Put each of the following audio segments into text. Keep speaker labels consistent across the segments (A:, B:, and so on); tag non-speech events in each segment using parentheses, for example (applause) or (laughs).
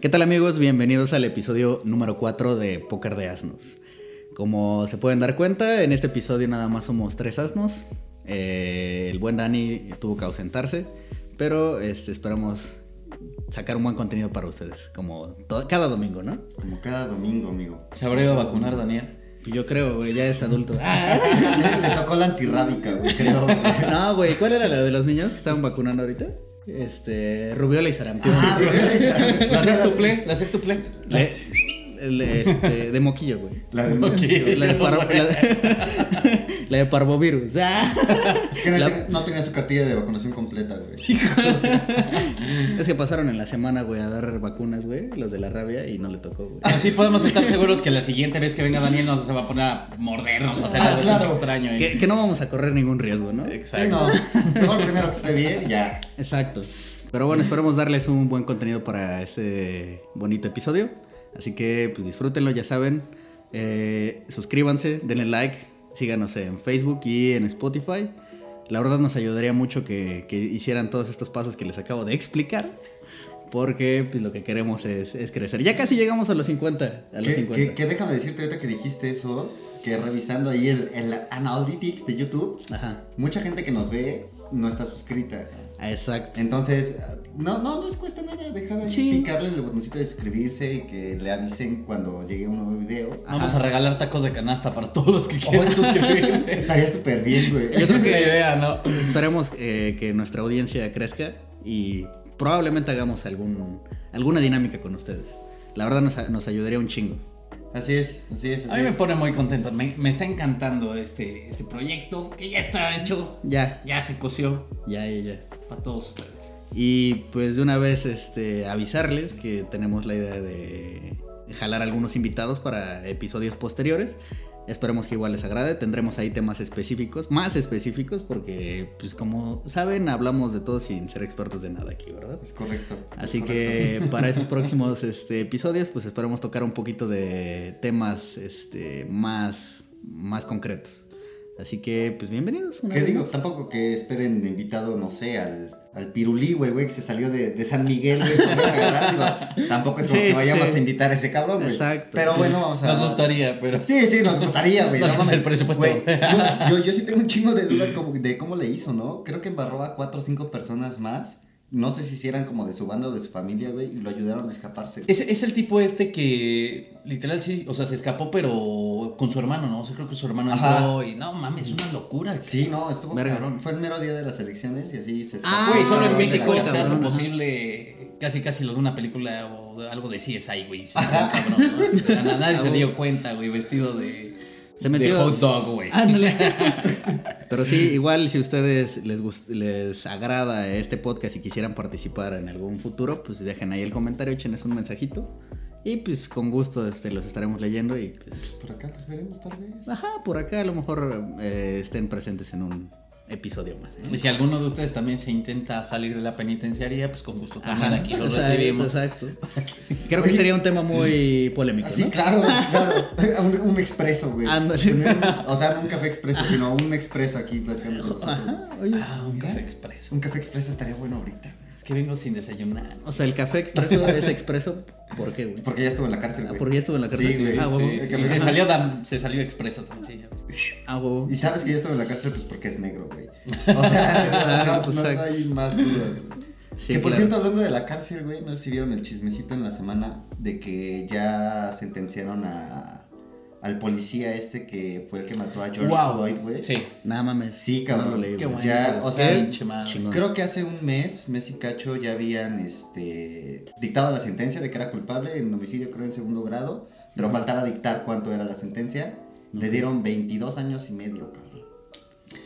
A: ¿Qué tal amigos? Bienvenidos al episodio número 4 de Póker de Asnos. Como se pueden dar cuenta, en este episodio nada más somos tres asnos. Eh, el buen Dani tuvo que ausentarse, pero este, esperamos sacar un buen contenido para ustedes, como to- cada domingo, ¿no?
B: Como cada domingo, amigo.
C: Se habría ido a vacunar, Daniel.
A: Yo creo, güey, ya es adulto. Ah,
B: le, (laughs) le tocó la antirrábica, güey, creo. güey.
A: no, güey, ¿cuál era la de los niños que estaban vacunando ahorita? Este, rubiola y sarampión. (laughs)
B: Ah, (laughs) güey,
C: La sextuple, la sextuple.
A: Le- le- este, de moquillo, güey.
B: La de moquillo.
A: La de, parvo- la de-
B: (laughs)
A: la de parvovirus. Ah.
B: Es que no,
A: La-
B: ten- no tenía su cartilla de vacunación completa,
C: (laughs)
B: güey.
A: Es que pasaron en la semana, güey, a dar vacunas, güey, los de la rabia y no le tocó, güey.
B: Ah.
C: Así podemos estar seguros que la siguiente vez que venga Daniel nos se va a poner a mordernos, a hacer
B: Ah,
C: algo
B: claro.
C: pinche extraño. ¿eh?
A: Que, que no vamos a correr ningún riesgo, ¿no?
B: Sí,
C: Exacto.
B: no. Mejor primero que esté bien, ya.
A: Exacto. Pero bueno, esperemos darles un buen contenido para este bonito episodio. Así que pues disfrútenlo, ya saben. Eh, suscríbanse, denle like, síganos en Facebook y en Spotify. La verdad nos ayudaría mucho que, que hicieran todos estos pasos que les acabo de explicar. Porque pues, lo que queremos es, es crecer. Ya casi llegamos a los 50. A los
B: Que,
A: 50.
B: que- que déjame decirte ahorita que dijiste eso, que revisando ahí el, el Analytics de YouTube,
A: Ajá.
B: mucha gente que nos ve no está suscrita.
A: Exacto.
B: Entonces, no, no les cuesta nada dejar ahí
A: Sí.
B: picarle el botoncito de suscribirse y que le avisen cuando llegue un nuevo video.
A: Ah,
C: Vamos a regalar tacos de canasta para todos los que quieran (laughs) suscribirse.
B: Estaría súper bien, güey.
A: Yo creo (laughs)
C: La
A: que
C: idea, ¿no?
A: esperemos eh, que nuestra audiencia crezca y probablemente hagamos algún, alguna dinámica con ustedes. La verdad nos, nos ayudaría un chingo.
B: Así es, así es,
C: A
B: así
C: mí me
B: es.
C: pone muy contento. Me, me está encantando este, este proyecto que ya está hecho.
A: Ya,
C: Ya se coció
A: ya, ya, ya.
C: para todos ustedes.
A: Y pues de una vez este, avisarles que tenemos la idea de jalar algunos invitados para episodios posteriores. Esperemos que igual les agrade. Tendremos ahí temas específicos, más específicos, porque pues como saben hablamos de todo sin ser expertos de nada aquí, ¿verdad?
B: Es correcto. es
A: Así
B: correcto.
A: que para esos próximos este, episodios, pues esperamos tocar un poquito de temas este, más, más concretos. Así que, pues bienvenidos. una
B: ¿Qué
A: vez
B: digo?
A: más.
B: Tampoco que esperen de invitado, no sé, al, al pirulí, güey, güey, que se salió de, de San Miguel, güey. que fue a agarrar, digo, Tampoco es como
A: Sí,
B: que vayamos
A: sí.
B: a invitar a ese cabrón, güey.
A: Exacto.
B: Pero bueno, vamos a...
C: Nos gustaría, pero.
B: Sí, sí, nos gustaría, güey.
C: No
B: mames.
C: es el presupuesto.
B: Güey, yo, yo, yo sí tengo un chingo de duda como de cómo le hizo, ¿no? Creo que embarró a cuatro o cinco personas más. No sé si hicieran como de su banda o de su familia, güey, y lo ayudaron a escaparse. güey.
C: Es, es el tipo este que literal sí, o sea, se escapó, pero con su hermano, ¿no? O sea, creo que su hermano
B: Ajá.
C: entró y no mames, una locura.
B: Sí, no, estuvo
A: Verga.
B: cabrón. Fue el mero día de las elecciones y así se escapó.
A: Ah,
C: Güey, solo
A: sí,
C: en México
A: sí,
C: se
A: cabrón,
C: hace
A: ajá.
C: posible casi casi lo de una película o de algo de CSI, güey. sí, cabrón, ¿no? Pero na- Nadie se dio cuenta, güey, vestido de,
A: Se
C: de
A: metió-
C: hot dog, güey.
A: Ándale. Pero sí, igual si ustedes les, gust- les agrada este podcast y quisieran participar en algún futuro, pues dejen ahí el comentario, échenles un mensajito. Y pues con gusto este, los estaremos leyendo y pues...
B: Por acá los veremos tal vez.
C: Ah,
B: Ah,
A: Ajá, por acá a lo mejor eh, estén presentes en un episodio más. ¿eh? ¿no?
C: Y si alguno de ustedes también se intenta salir de la penitenciaría, pues con gusto también
A: Ajá,
C: aquí lo
A: exacto,
C: recibimos.
A: Exacto. (laughs) Creo que sería un tema muy polémico,
B: Así,
A: ¿no?
B: claro, claro. (laughs) Un, un expreso, güey.
A: Ándale.
B: Un- O sea, no un café expreso, sino un expreso aquí platicando con nosotros.
A: Ajá, oye.
C: Ah, un café expreso.
B: Un café expreso estaría bueno ahorita.
C: Es que vengo sin desayunar.
A: O sea, el café
B: (laughs)
A: expreso es expreso, ¿por qué, güey?
B: Porque ya estuvo en la cárcel,
A: Ah,
B: güey.
A: porque ya estuvo en la cárcel.
B: Sí, güey.
A: Ah,
C: Sí,
A: huevo.
C: sí,
B: El
C: y
B: café-
A: (laughs)
C: se salió, dam- se salió expreso también. sí.
A: Ah, huevo.
B: Y sabes que ya estuvo en la cárcel, pues porque es negro,
A: (laughs)
B: güey. O sea, no, no- no
A: Exacto.
B: hay más dudas. güey.
A: Sí,
B: que por
A: claro.
B: cierto, hablando de la cárcel, güey, no sé si vieron el chismecito en la semana de que ya sentenciaron a, al policía este que fue el que mató a George
C: Wow.
B: Floyd, güey.
C: Sí.
A: Nada mames.
B: Sí, cabrón.
A: No lo leí,
C: Qué
A: güey.
C: bueno.
B: Ya,
C: pues,
B: o sea,
C: pinche madre.
A: chingón.
B: Creo que hace un mes, Messi Cacho ya habían este, dictado la sentencia de que era culpable en homicidio, creo, en segundo grado, pero faltaba dictar cuánto era la sentencia. Le dieron 22 años y medio, cabrón.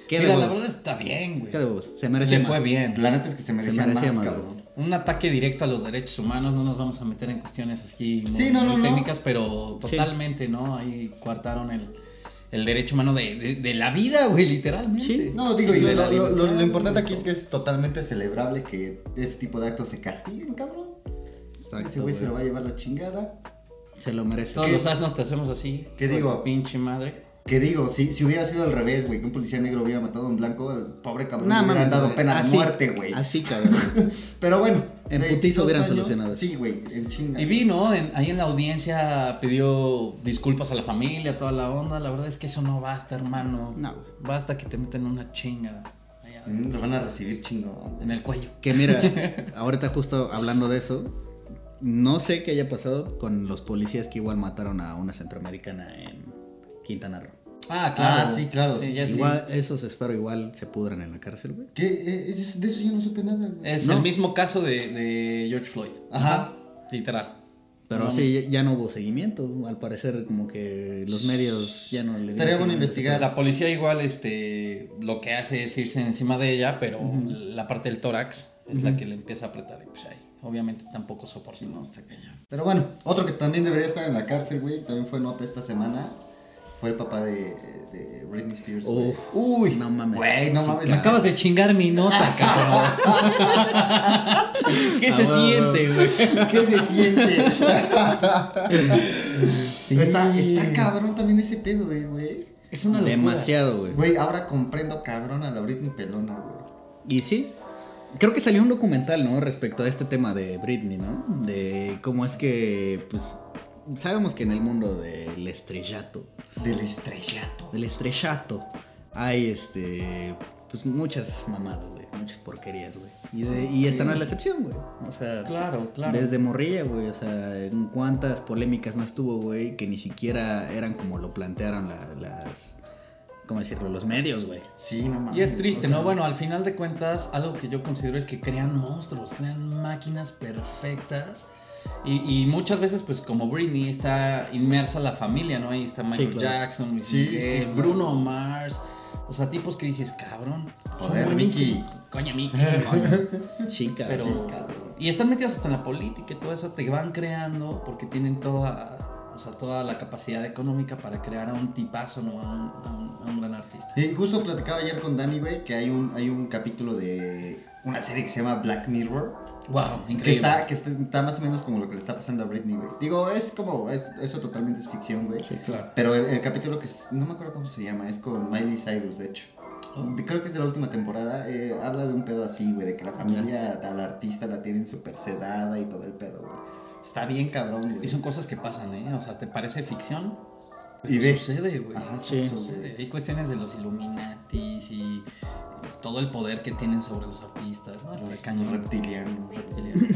A: ¿Qué de
C: Mira, la
A: huevos?
C: verdad está bien, güey.
A: ¿Qué de huevos? Se merece
C: Le
A: más.
C: fue bien.
B: La neta es que se merecía,
A: merecía
B: más,
A: más,
B: cabrón.
C: Un ataque directo a los derechos humanos, no nos vamos a meter en cuestiones aquí muy,
B: Sí, no,
C: muy
B: no, no.
C: técnicas, pero
A: Sí.
C: totalmente, ¿no? Ahí coartaron el, el derecho humano de, de, de la vida, güey, literalmente.
A: Sí.
B: No, digo,
C: Sí,
B: yo
C: de la
B: lo, lo- lo-
C: libertad,
B: lo importante aquí
C: güey.
B: es que es totalmente celebrable que ese tipo de actos se castiguen, cabrón. Ese
A: Exacto,
B: güey se lo
A: güey.
B: va a llevar la chingada.
A: Se lo merece.
C: Todos
B: ¿Qué?
C: los asnos te hacemos así.
B: ¿Qué
C: hijo de
B: digo?
C: tu Pinche madre.
B: Que digo, si, si hubiera sido al revés, güey, que un policía negro hubiera matado a un blanco, el pobre cabrón
A: Nada
B: le hubieran
A: mames,
B: dado
A: güey.
B: pena de
A: Así-
B: muerte, güey.
A: Así, cabrón.
B: Pero bueno.
A: En
B: eh,
A: putiza
B: dos
A: hubieran
B: años-
A: solucionado.
B: Sí, güey, en chinga.
C: Y vi, ¿no? En- ahí en la audiencia pidió disculpas a la familia, a toda la onda. La verdad es que eso no basta, hermano.
A: No, güey.
C: Basta que te meten una chinga allá
B: Mm, lo van a recibir chingón.
C: en el cuello.
A: Que mira,
B: (laughs)
A: ahorita justo hablando de eso, no sé qué haya pasado con los policías que igual mataron a una centroamericana en Quintana Roo.
C: Ah,
B: claro. Sí, ya sé.
A: Igual, esos espero igual se pudran en la cárcel, güey.
B: ¿Qué? Eh, es- de eso yo no supe nada, güey.
C: Es
A: No.
C: el mismo caso de, de George Floyd.
B: Ajá.
C: Literal.
A: Pero
C: No
A: sí, ya, ya no hubo seguimiento. Al parecer, como que los medios ya no le dieron
B: Estaría bueno
A: seguimiento.
B: investigar.
C: La policía igual este lo que hace es irse encima de ella, pero la parte del tórax es la que le empieza a apretar y pues ahí obviamente tampoco soporta.
B: Sí, no, está cañón. Pero bueno, otro que también debería estar en la cárcel, güey, también fue nota esta semana, fue el papá de, de Britney Spears. güey.
A: Uf, Uy, no mames.
B: Güey, no
A: Sí,
B: mames.
C: Me acabas de chingar
B: (laughs)
C: mi nota, cabrón. ¿Qué se
A: Ah, bueno,
C: siente, güey?
B: ¿Qué se
C: (laughs)
B: siente?
A: Sí.
B: Está, está cabrón también ese pedo, güey, güey.
C: Es una locura.
A: Demasiado, güey.
B: Güey, ahora comprendo cabrón a la Britney Pelona, güey.
A: Y sí, creo que salió un documental, ¿no? Respecto a este tema de Britney, ¿no? De cómo es que, pues, sabemos que en el mundo del estrellato,
B: Del estrellato.
A: del estrellato, hay, este, pues, muchas mamadas, güey, muchas porquerías, güey. Y, de- y esta no es la excepción, güey. O sea,
C: Claro, claro.
A: desde morrilla, güey, o sea, en cuántas polémicas no estuvo, güey, que ni siquiera eran como lo plantearon la- las, ¿cómo decirlo? Los medios, güey.
B: Sí, no mames.
C: Y es triste,
B: O sea,
C: ¿no? Bueno, al final de cuentas, algo que yo considero es que crean monstruos, crean máquinas perfectas. Y, y muchas veces, pues como Britney, está inmersa la familia, ¿no? Ahí está Michael
A: claro.
C: Jackson, Luis
B: Sí,
C: Miguel,
B: sí, claro.
C: Bruno Mars. O sea, tipos que dices, cabrón. son
B: Joder,
C: buenísimos.
B: Mickey. (laughs)
C: Coño, Mickey. coño.
A: Chicas.
C: Pero-
B: Sí, cabrón.
C: Y están metidos hasta en la política y todo eso. Te van creando porque tienen toda, o sea, toda la capacidad económica para crear a un tipazo, ¿no? A un, a un- a un gran artista.
B: Y justo platicaba ayer con Dani, güey, que hay un, hay un capítulo de una serie que se llama Black Mirror.
C: ¡Wow! Increíble.
B: Que está, que está- está más o menos como lo que le está pasando a Britney, güey. Digo, es como, es- eso totalmente es ficción, güey.
A: Sí, claro.
B: Pero el, el capítulo que es- no me acuerdo cómo se llama, es con Miley Cyrus, de hecho.
C: Oh.
B: De- Creo que es de la última temporada. eh, habla de un pedo así, güey, de que la familia al artista la tienen súper sedada y todo el pedo, güey. Está bien cabrón, güey.
C: Y son cosas que pasan, ¿eh? O sea, te parece ficción.
B: Y
C: Y
B: ve.
C: sucede, güey.
B: Ajá,
A: Sí.
B: sí,
C: Sucede. Hay cuestiones de los Illuminatis y todo el poder que tienen sobre los artistas, ¿no? Este cañón
B: reptiliano.
C: reptiliano. Sí,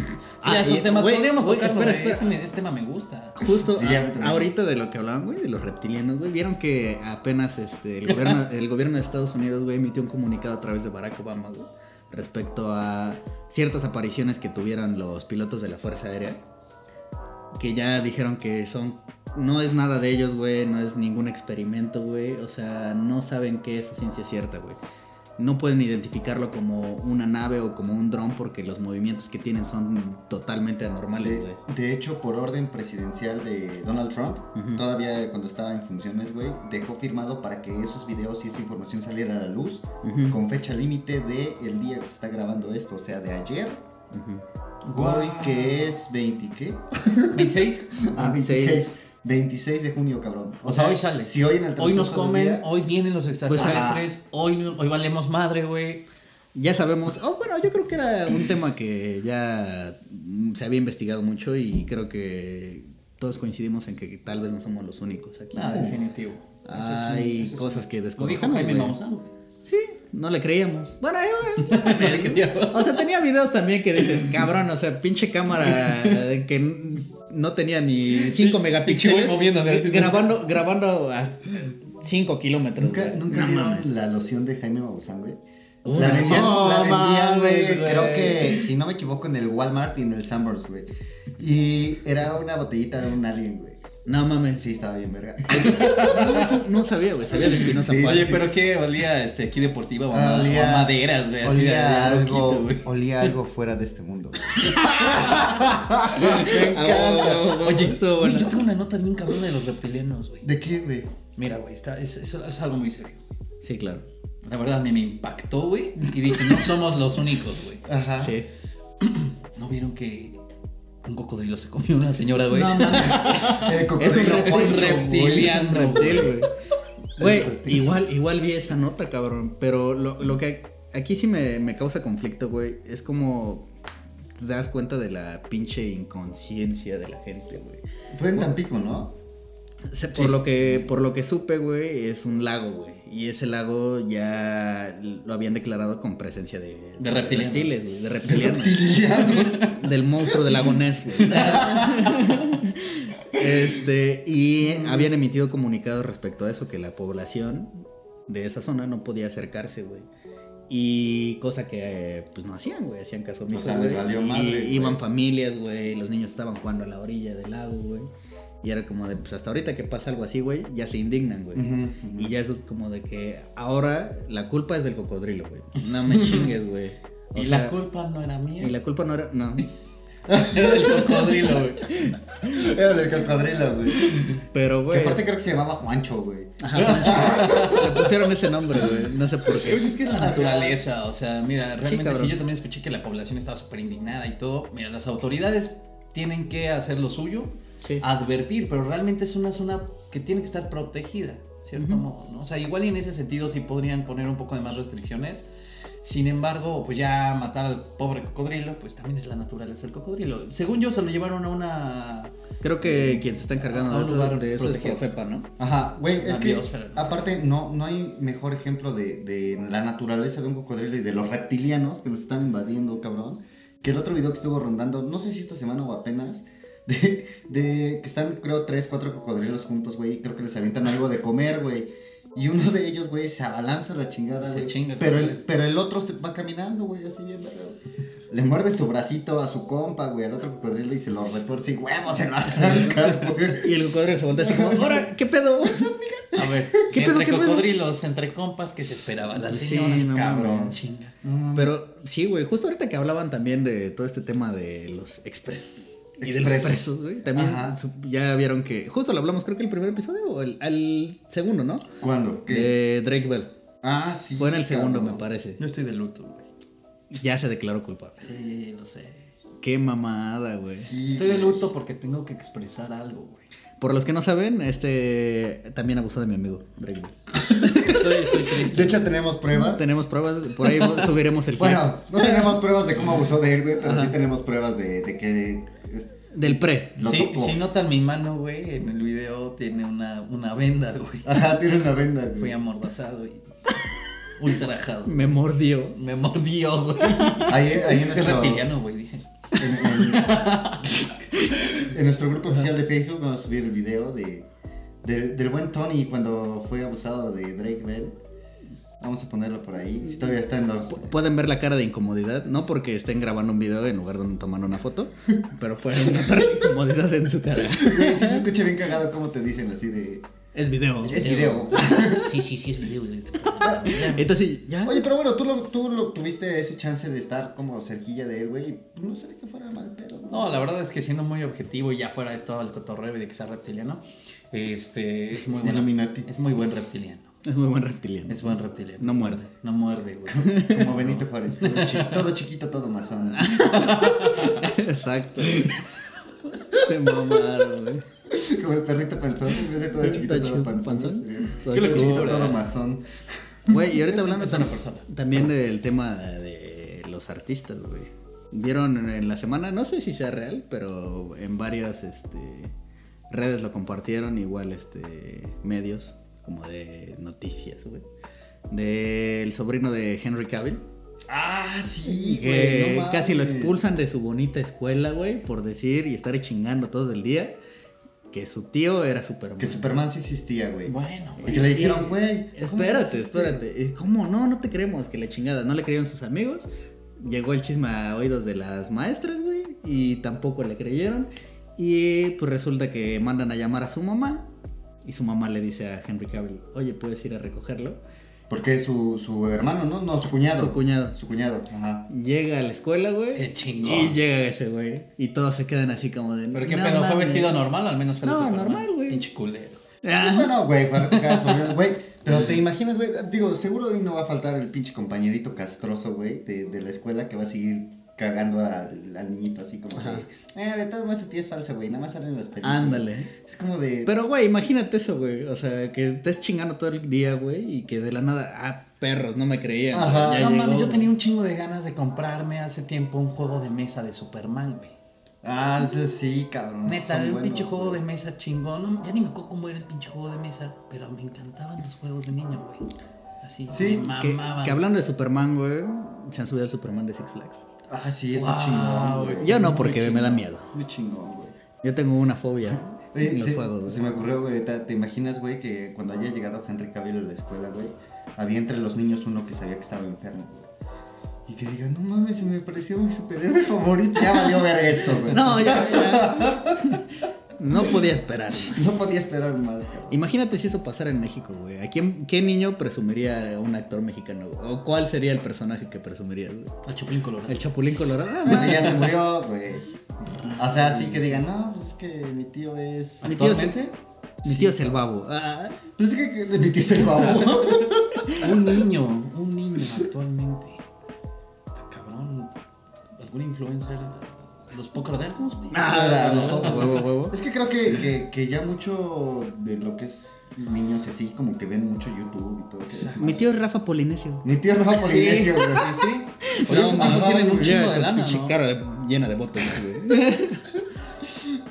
A: Ah,
C: ya son
A: y-
C: temas.
A: güey,
C: podríamos
A: güey,
C: tocarlo,
A: espera,
C: güey.
A: espera.
C: Ese me- Este tema me gusta.
A: Justo
B: Sí,
A: a-
B: ya me terminé.
A: ahorita de lo que hablaban, güey, de los reptilianos, güey, vieron que apenas este, el,
B: (laughs)
A: gobierno, el gobierno de Estados Unidos, güey, emitió un comunicado a través de Barack Obama, güey, respecto a ciertas apariciones que tuvieron los pilotos de la Fuerza Aérea, que ya dijeron que son, no es nada de ellos, güey, no es ningún experimento, güey, o sea, no saben qué es a ciencia cierta, güey. No pueden identificarlo como una nave o como un dron porque los movimientos que tienen son totalmente anormales, güey.
B: De, de hecho, por orden presidencial de Donald Trump, todavía cuando estaba en funciones, güey, dejó firmado para que esos videos y esa información saliera a la luz con fecha límite de el día que se está grabando esto, o sea, de ayer. Hoy que es 20, ¿qué?
A: (laughs)
C: ¿26?
B: Ah, 26. 26 de junio, cabrón.
C: O sea, hoy sale.
B: Si hoy en el
C: Hoy nos
B: transcurso del
C: comen,
B: día-
C: hoy vienen los extraterrestres,
B: Pues,
C: hoy, hoy valemos madre, güey.
A: Ya sabemos, oh, bueno, yo creo que era un tema que ya mm, se había investigado mucho y creo que todos coincidimos en que tal vez no somos los únicos aquí.
C: Ah, definitivo. Eso es un-
A: Hay
C: eso es un-
A: cosas que
C: Lo dijo
A: desconocemos.
C: Jaime
A: güey.
C: Maussan, ah, güey.
A: Sí, no le creíamos. Bueno, eh,
C: (laughs)
A: bueno,
C: No le creíamos.
A: o sea, tenía videos también que dices, cabrón, o sea, pinche cámara que n- no tenía ni 5
C: Pinche
A: megapíxeles.
C: güey moviéndole así.
A: grabando, grabando a 5 kilómetros.
B: Nunca,
A: güey.
B: nunca
A: No
B: vieron
A: mames.
B: la loción de Jaime Maussan, güey.
A: Uh,
B: la vendían,
C: no
B: la vendían, güey,
C: mames, güey.
B: Creo que, si no me equivoco, en el Walmart y en el Sanborns, güey. Y era una botellita de un alien, güey.
A: No mames.
B: Sí, estaba bien verga.
A: No, no sabía, güey. Sabía de Espinosa
B: Sí,
A: Paz.
C: Oye,
B: sí.
C: pero ¿qué olía este, aquí deportiva o, a ma-
B: Olía-
C: o a maderas, güey? Así de- de
B: Olía algo,
C: loquito, güey.
B: olía algo fuera de este
C: (laughs)
B: mundo.
C: Me encanta.
A: Ah, bueno,
C: Oye,
A: estuvo
C: güey,
A: bueno.
C: yo tengo una nota bien cabrona de los reptilianos, güey.
B: ¿De qué, güey?
C: Mira, güey, está- es, es- es algo muy serio.
A: Sí, claro.
C: La verdad, me, me impactó, güey. Y dije, no somos los únicos, güey.
B: Ajá.
A: Sí.
C: ¿No vieron que un cocodrilo se comió a una señora, güey?
A: No mames.
B: El
A: Es un,
B: cocodrilo
A: re- es un
B: Poncho, güey.
A: reptiliano.
C: Es un
A: reptil, güey. Güey,
B: reptil.
A: igual, igual vi esa nota, cabrón. Pero lo, lo que aquí sí me, me causa conflicto, güey, es como te das cuenta de la pinche inconsciencia de la gente, güey.
B: Fue en Tampico, ¿no?
A: Se- Por, lo que, por lo que supe, güey, es un lago, güey. Y ese lago ya lo habían declarado con presencia de,
C: De reptilianos.
A: reptiles, güey, de reptilianos. Del monstruo del lago Ness,
B: (laughs)
A: güey. Este, y habían emitido comunicados respecto a eso, que la población de esa zona no podía acercarse, güey. Y cosa que eh, pues no hacían, güey, hacían caso omiso,
B: sea, les
A: güey.
B: valió
A: Y
B: madre,
A: iban
B: güey.
A: familias, güey, los niños estaban jugando a la orilla del lago, güey. Y era como de, pues hasta ahorita que pasa algo así, güey, ya se indignan, güey. Y ya es como de que ahora la culpa es del cocodrilo, güey. No
C: (laughs)
A: me chingues, güey. O
C: Y
A: sea,
C: la culpa no era mía.
A: y la culpa no era, no.
C: Era del cocodrilo, güey.
B: Era del cocodrilo, güey.
A: Pero,
B: Que
C: Pues.
A: güey.
B: aparte creo que se llamaba Juancho, güey.
A: Ajá, (laughs) le pusieron ese nombre, güey. No sé por
C: Pues
A: qué.
C: es que es la naturaleza, o sea, mira, realmente sí,
A: cabrón.
C: yo también escuché que la población estaba súper indignada y todo. Mira, las autoridades tienen que hacer lo suyo,
A: Sí.
C: advertir, pero realmente es una zona que tiene que estar protegida, ¿cierto? modo, ¿no? O sea, igual y en ese sentido sí podrían poner un poco de más restricciones. Sin embargo, pues ya matar al pobre cocodrilo, pues también es la naturaleza del cocodrilo. Según yo, se lo llevaron a una...
A: Creo que quien se está encargando
C: A un
A: de, todo-
C: lugar
A: de eso
C: protegido.
A: es Profepa, ¿no?
B: Ajá, güey,
C: La
B: es que
C: biosfera, no sé.
B: aparte no, no hay mejor ejemplo de, de la naturaleza de un cocodrilo y de los reptilianos que nos están invadiendo, cabrón, que el otro video que estuvo rondando, no sé si esta semana o apenas, (laughs) de, de que están creo tres, cuatro cocodrilos juntos, güey, y creo que les avientan algo de comer, güey. Y uno de ellos, güey, se abalanza a la chingada,
C: Se
B: güey.
C: chinga el
B: Pero el,
C: cocodrilo.
B: pero el otro se va caminando, güey, así bien, verga, güey. Le muerde su bracito a su compa, güey, al otro cocodrilo y se lo retuerce y huevo, se lo
C: (laughs)
B: arranca, güey.
A: Y el cocodrilo se voltea así como, ahora, ¿qué pedo?
C: A ver, si
A: pedo, (laughs)
C: entre
A: qué pedo?
C: cocodrilos, entre compas, que se esperaba la
A: Sí,
C: señora,
A: no
C: cabrón,
A: mames.
C: chinga.
A: Pero sí, güey, justo ahorita que hablaban también de todo este tema de los expresos. Y de los
B: Expresos.
A: presos, güey. También
B: Ajá.
A: su- ya vieron que. Justo lo hablamos, creo que el primer episodio o el, al segundo, ¿no?
B: ¿Cuándo? ¿Qué?
A: De Drake Bell.
B: Ah, sí.
A: Fue en el segundo,
B: cabrón.
A: me parece.
C: Yo estoy de luto, güey.
A: Ya se declaró culpable.
C: Sí, lo sé.
A: Qué mamada, güey.
B: Sí,
C: Estoy de
B: güey.
C: luto porque tengo que expresar algo, güey.
A: Por los que no saben, este también abusó de mi amigo Drake Bell.
C: Estoy, estoy triste.
B: De hecho, tenemos pruebas.
A: Tenemos pruebas, por
B: (laughs)
A: ahí subiremos el clip
B: Bueno, no tenemos pruebas de cómo abusó de él, güey, pero sí tenemos pruebas de, de que. es-
A: del pre.
B: lo
C: Sí,
B: tocó.
C: si notan mi mano, güey, en el video tiene una, una venda, güey.
B: Ajá, (laughs) tiene una venda, güey.
C: Fui amordazado y ultrajado.
A: Me mordió.
C: Me mordió, güey.
B: Ahí, Eh, ahí
A: (laughs)
B: en,
C: Es
B: nuestro,
C: reptiliano, güey, dicen.
B: en- en- en nuestro grupo oficial de Facebook vamos a subir el video de, del- del buen Tony cuando fue abusado de Drake Bell. Vamos a ponerlo por ahí. Si todavía está en los.
A: Pueden ver la cara de incomodidad, no porque estén grabando un video en lugar donde toman una foto, (laughs) pero pueden notar la incomodidad en su cara.
B: Güey, sí se escucha bien cagado cómo te dicen así de.
A: Es video. (laughs)
B: Es video.
C: Sí, sí, sí, es video. güey.
A: Entonces, ya.
B: Oye, pero bueno, tú, lo, tú lo- tuviste ese chance de estar como cerquilla de él, güey. y No se ve que fuera mal pedo.
C: No, la verdad es que siendo muy objetivo, y ya fuera de todo el cotorreo y de que sea reptiliano, este es muy buen,
B: Illuminati.
C: es muy buen reptiliano.
A: Es muy buen reptiliano.
C: Es buen reptiliano.
A: No
C: es
A: muerde. (laughs)
C: buen- No muerde,
B: (laughs)
C: güey.
B: Como Benito Juárez. Todo, chi- todo chiquito, todo mazón.
A: Exacto. Te mamaron, güey.
B: Como el perrito panzón. En vez de todo chiquito, todo
A: Panzón.
B: panzón.
A: Panzón.
B: sería
A: Todo
B: Todo chiquito,
C: locura.
B: todo mazón.
A: Güey, y
C: Es-
A: ahorita hablando
C: es
A: tam-
C: una persona.
A: también del tema de los artistas, güey. Vieron en- en la semana, no sé si sea real, pero en varias este, redes lo compartieron, igual este medios como de noticias, güey. Del sobrino de Henry Cavill,
B: Ah, sí, güey.
A: que
B: no
A: casi lo
B: mames.
A: expulsan de su bonita escuela, güey, por decir y estar chingando todo el día que su tío era Superman.
B: Que Superman sí existía, güey.
C: Bueno,
B: Y que le dijeron,
A: Y-
B: güey. ¿cómo
A: Espérate,
B: existe?
A: espérate. ¿Y ¿Cómo? No, no te creemos que la chingada. No le creyeron sus amigos. Llegó el chisme a oídos de las maestras, güey. Y tampoco le creyeron. Y pues resulta que mandan a llamar a su mamá y su mamá le dice a Henry Cavill, oye, ¿puedes ir a recogerlo?
B: Porque es su, su hermano, ¿no? No, su cuñado.
A: Su cuñado.
B: Su cuñado, ajá.
A: Llega a la escuela, güey.
C: Qué chingón.
A: Y llega ese güey. Y todos se quedan así como de...
C: Pero qué
A: "No
C: pedo, ¿fue
A: mames".
C: vestido normal? Al menos fue de
A: No,
C: Superman.
A: normal, güey.
C: Pinche culero.
B: Pues
A: Ah,
B: bueno, güey, fue a recoger a su sobrino, güey. Pero te imaginas, güey, digo, seguro ahí no va a faltar el pinche compañerito castroso, güey, de, de la escuela que va a seguir cagando al, al niñito así como
A: Ajá.
B: que, eh, de todos modos, tu tía es falsa, güey, nada más salen las películas.
A: Ándale.
B: Es como de,
A: Pero, güey, imagínate eso, güey. O sea, que estés chingando todo el día, güey. Y que de la nada... Ah, perros, no me creían.
B: Ajá.
A: Ya
C: no
A: llegó,
C: mames, yo
A: güey.
C: tenía un chingo de ganas de comprarme hace tiempo un juego de mesa de Superman, güey.
B: ah, sí, sí, cabrón.
C: Neta,
B: son
C: había un
B: buenos,
C: pinche juego
B: güey.
C: de mesa chingón. No, ya ni me acuerdo cómo era el pinche juego de mesa, pero me encantaban los juegos de niño, güey. Así,
B: Sí,
C: me
A: Que,
C: mamaban.
A: que hablando de Superman, güey, se han subido al Superman de Six Flags.
B: Ah, sí, es
C: Wow,
B: muy chingón, güey.
A: Yo no,
B: Muy
A: porque me
B: chingón,
A: da miedo.
B: Muy chingón, güey.
A: Yo tengo una fobia
B: Oye,
A: en los
B: se,
A: juegos, güey.
B: se me ocurrió, güey, ahorita, ¿te imaginas, güey, que cuando haya llegado Henry Cavill a la escuela, güey, había entre los niños uno que sabía que estaba enfermo, güey? Y que diga, no mames, se me pareció mi superhéroe favorito. Ya valió ver esto, güey.
A: No, ya, ya. No podía esperar.
B: No podía esperar más, cabrón.
A: Imagínate si eso pasara en México, güey. ¿A quién, qué niño presumiría un actor mexicano? güey? ¿O cuál sería el personaje que presumirías, güey?
C: Al Chapulín Colorado.
A: ¿El Chapulín Colorado? Ah,
B: Pero
A: madre.
B: ya se murió, güey. O sea, así que digan, no, pues es que mi tío es.
A: Mi tío es-
B: ¿Actualmente?
A: Mi tío es el babo. Ah,
B: Pues es que que mi tío es
A: (laughs)
B: el babo.
C: Un niño, un niño actualmente. Está cabrón. ¿Algún influencer? Los Poker Dancers, güey.
A: ah,
B: Ah, nosotros.
A: huevo, huevo.
B: Es que creo que, que, que ya mucho de lo que es niños y así, como que ven mucho YouTube y todo eso.
A: Mi tío es Rafa Polinesio.
B: Mi tío Rafa Polinesio, güey.
A: (laughs)
C: sí.
B: Oye, esos
C: no,
B: tipos tienen un
C: chingo
A: Ya,
C: de
A: con
C: lana,
A: pinche
C: ¿no?
A: cara de- llena de botes, güey.